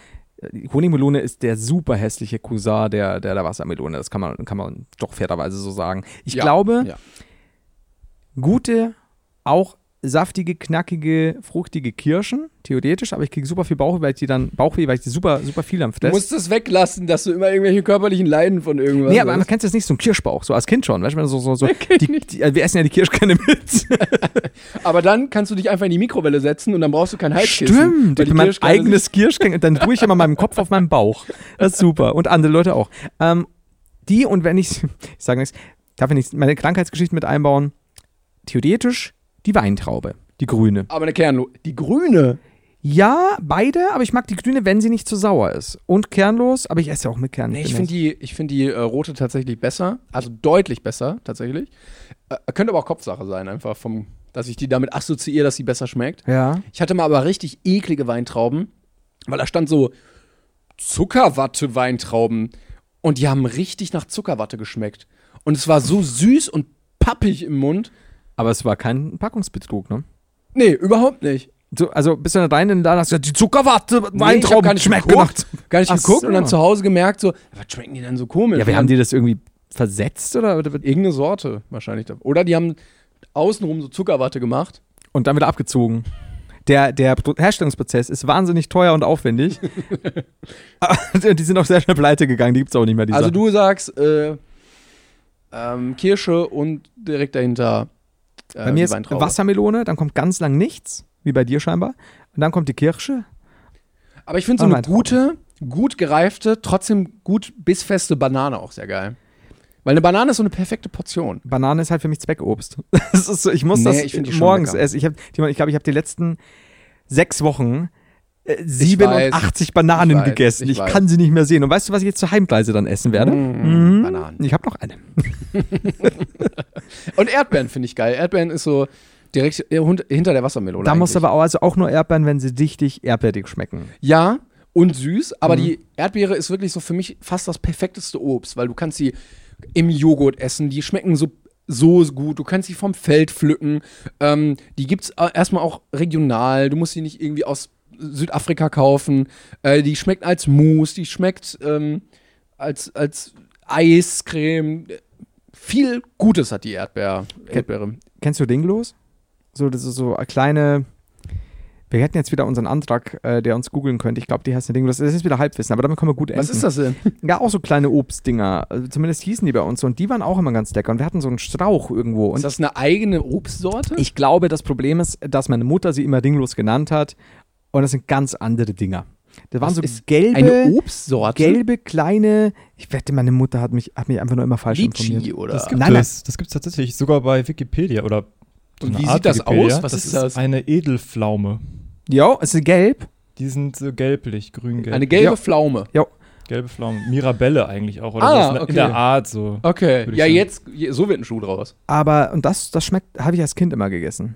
die Honigmelone ist der super hässliche Cousin der, der, der Wassermelone. Das kann man, kann man doch fairerweise so sagen. Ich Ja, glaube, ja. gute, auch saftige, knackige, fruchtige Kirschen, theoretisch, aber ich kriege super viel Bauchweh, weil ich die dann Bauchweh, weil ich die super, super viel am Du Fress. musst es weglassen, dass du immer irgendwelche körperlichen Leiden von irgendwas Nee, aber man hast. kennt das nicht, so ein Kirschbauch, so als Kind schon, weißt du, wenn so, so, so die, die, also wir essen ja die Kirschkerne mit. Aber dann kannst du dich einfach in die Mikrowelle setzen und dann brauchst du kein Halskissen. Stimmt, weil ich die bin mein Kirschkerne eigenes Kirschkern, dann ruhe ich immer meinen Kopf auf meinen Bauch. Das ist super. Und andere Leute auch. Ähm, die und wenn ich, ich sage nichts, darf ich nicht meine Krankheitsgeschichte mit einbauen? Theoretisch die Weintraube, die grüne. sind- Aber eine Kernlo. Die grüne. Ja, beide, aber ich mag die grüne, wenn sie nicht zu sauer ist. Und kernlos, aber ich esse auch mit Kern. Nee, ich finde die, ich find die äh, rote tatsächlich besser. Also deutlich besser, tatsächlich. Äh, könnte aber auch Kopfsache sein, einfach vom dass ich die damit assoziiere, dass sie besser schmeckt. Ja. Ich hatte mal aber richtig eklige Weintrauben, weil da stand so Zuckerwatte-Weintrauben und die haben richtig nach Zuckerwatte geschmeckt. Und es war so süß und pappig im Mund. Aber es war kein Packungsbetrug, ne? Nee, überhaupt nicht. So, also bist du dann rein in den Laden hast gesagt, die Zuckerwatte, Nee, ich hab Weintrauben, gar nicht schmeckt geguckt, gemacht. gar nicht Ach geguckt so. und dann zu Hause gemerkt so, was schmecken die denn so komisch? Ja, wir haben die das irgendwie versetzt oder? irgendeine Sorte wahrscheinlich. da- Oder die haben außenrum so Zuckerwatte gemacht. Und dann wieder abgezogen. Der, der Pro- Herstellungsprozess ist wahnsinnig teuer und aufwendig. Aber die sind auch sehr schnell pleite gegangen, die gibt's auch nicht mehr. Die Also Sachen. du sagst äh, ähm, Kirsche und direkt dahinter äh, Bei mir die ist Weintraube. Wassermelone, dann kommt ganz lang nichts, wie bei dir scheinbar. Und dann kommt die Kirsche. Aber ich finde so Ah, eine Weintraube. gute, gut gereifte, trotzdem gut bissfeste Banane auch sehr geil. Weil eine Banane ist so eine perfekte Portion. Banane ist halt für mich Zweckobst. Das ist so, ich muss Nee, das ich find die schon morgens lecker. essen. Ich, hab, Timon, ich glaube, ich habe die letzten sechs Wochen äh, 87 Bananen ich weiß, gegessen. ich Ich, weiß. Mm. kann sie nicht mehr sehen. Und weißt du, was ich jetzt zur Heimreise dann essen werde? Hm, Bananen. Ich habe noch eine. Und Erdbeeren finde ich geil. Erdbeeren ist so direkt äh, hun- hinter der Wassermelone. Da musst du eigentlich. aber auch, also auch nur Erdbeeren, wenn sie richtig erdbeerig schmecken. Ja, und süß, aber die Erdbeere ist wirklich so für mich fast das perfekteste Obst, weil du kannst sie im Joghurt essen, die schmecken so so gut, du kannst sie vom Feld pflücken, ähm, die gibt's äh, erstmal auch regional, du musst sie nicht irgendwie aus Südafrika kaufen, äh, die schmeckt als Mousse, die schmeckt ähm, als, als Eiscreme, viel Gutes hat die Erdbeer, Erdbeere. Kennst du Dinglos? So, das ist so eine kleine. Wir hätten jetzt wieder unseren Antrag, äh, der uns googeln könnte. Ich glaube, die heißen Dinglos. Das ist wieder Halbwissen, aber damit können wir gut enden. Was ist das denn? Ja, auch so kleine Obstdinger. Also zumindest hießen die bei uns so. Und die waren auch immer ganz lecker. Und wir hatten so einen Strauch irgendwo. Und Ist das eine eigene Obstsorte? ich glaube, das Problem ist, dass meine Mutter sie immer Dinglos genannt hat. Und das sind ganz andere Dinger. Das waren Was so ist gelbe, eine Obstsorte? gelbe kleine. Ich wette, meine Mutter hat mich, hat mich einfach nur immer falsch Litchi informiert. oder? Das gibt Nein, es. Das gibt es tatsächlich sogar bei Wikipedia oder so Und eine wie Art sieht das Wikipedia. aus? Was das ist das? Eine Edelpflaume. Jo, es ist gelb. Die sind so gelblich, grün-gelb. Eine gelbe Ja. Pflaume. Gelbe Pflaume. Mirabelle eigentlich auch. Oder Ah, so. okay. In der Art so. Okay. Würde ich Ja, sagen. jetzt, je- so wird ein Schuh draus. Aber, und das, das schmeckt, habe ich als Kind immer gegessen.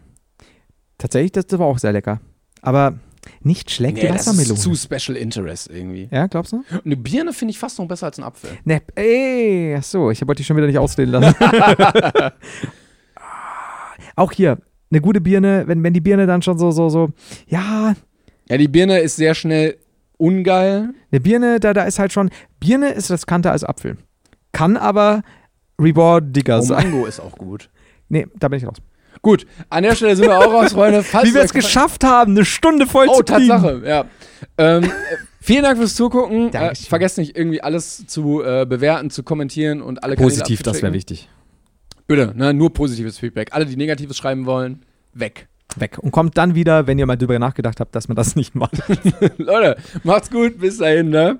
Tatsächlich, das, das war auch sehr lecker. Aber nicht schlecht die Wassermelone. zu Special Interest irgendwie. ja, glaubst du? Eine Birne finde ich fast noch besser als ein Apfel. Ne, ey, ach so, ich wollte dich schon wieder nicht ausreden lassen. auch hier, eine gute Birne, wenn, wenn die Birne dann schon so, so, so, ja, Ja, die Birne ist sehr schnell ungeil. eine Birne, da, da ist halt schon, Birne ist riskanter als Apfel. Kann aber rewardiger Oh, sein. Mango ist auch gut. Nee, da bin ich raus. Gut, an der Stelle sind wir auch raus, Freunde. Falls Wie wir es euch gefallen- geschafft haben, eine Stunde voll Oh, zu kriegen. Tatsache, ja. Ähm, äh, vielen Dank fürs Zugucken. Äh, Dankeschön. vergesst nicht, irgendwie alles zu äh, bewerten, zu kommentieren und alle Kanäle Positiv, das wäre abzuchecken. wichtig. Bitte, ne, nur positives Feedback. Alle, die Negatives schreiben wollen, weg. Weg. Und kommt dann wieder, wenn ihr mal drüber nachgedacht habt, dass man das nicht macht. Leute, macht's gut, bis dahin, ne?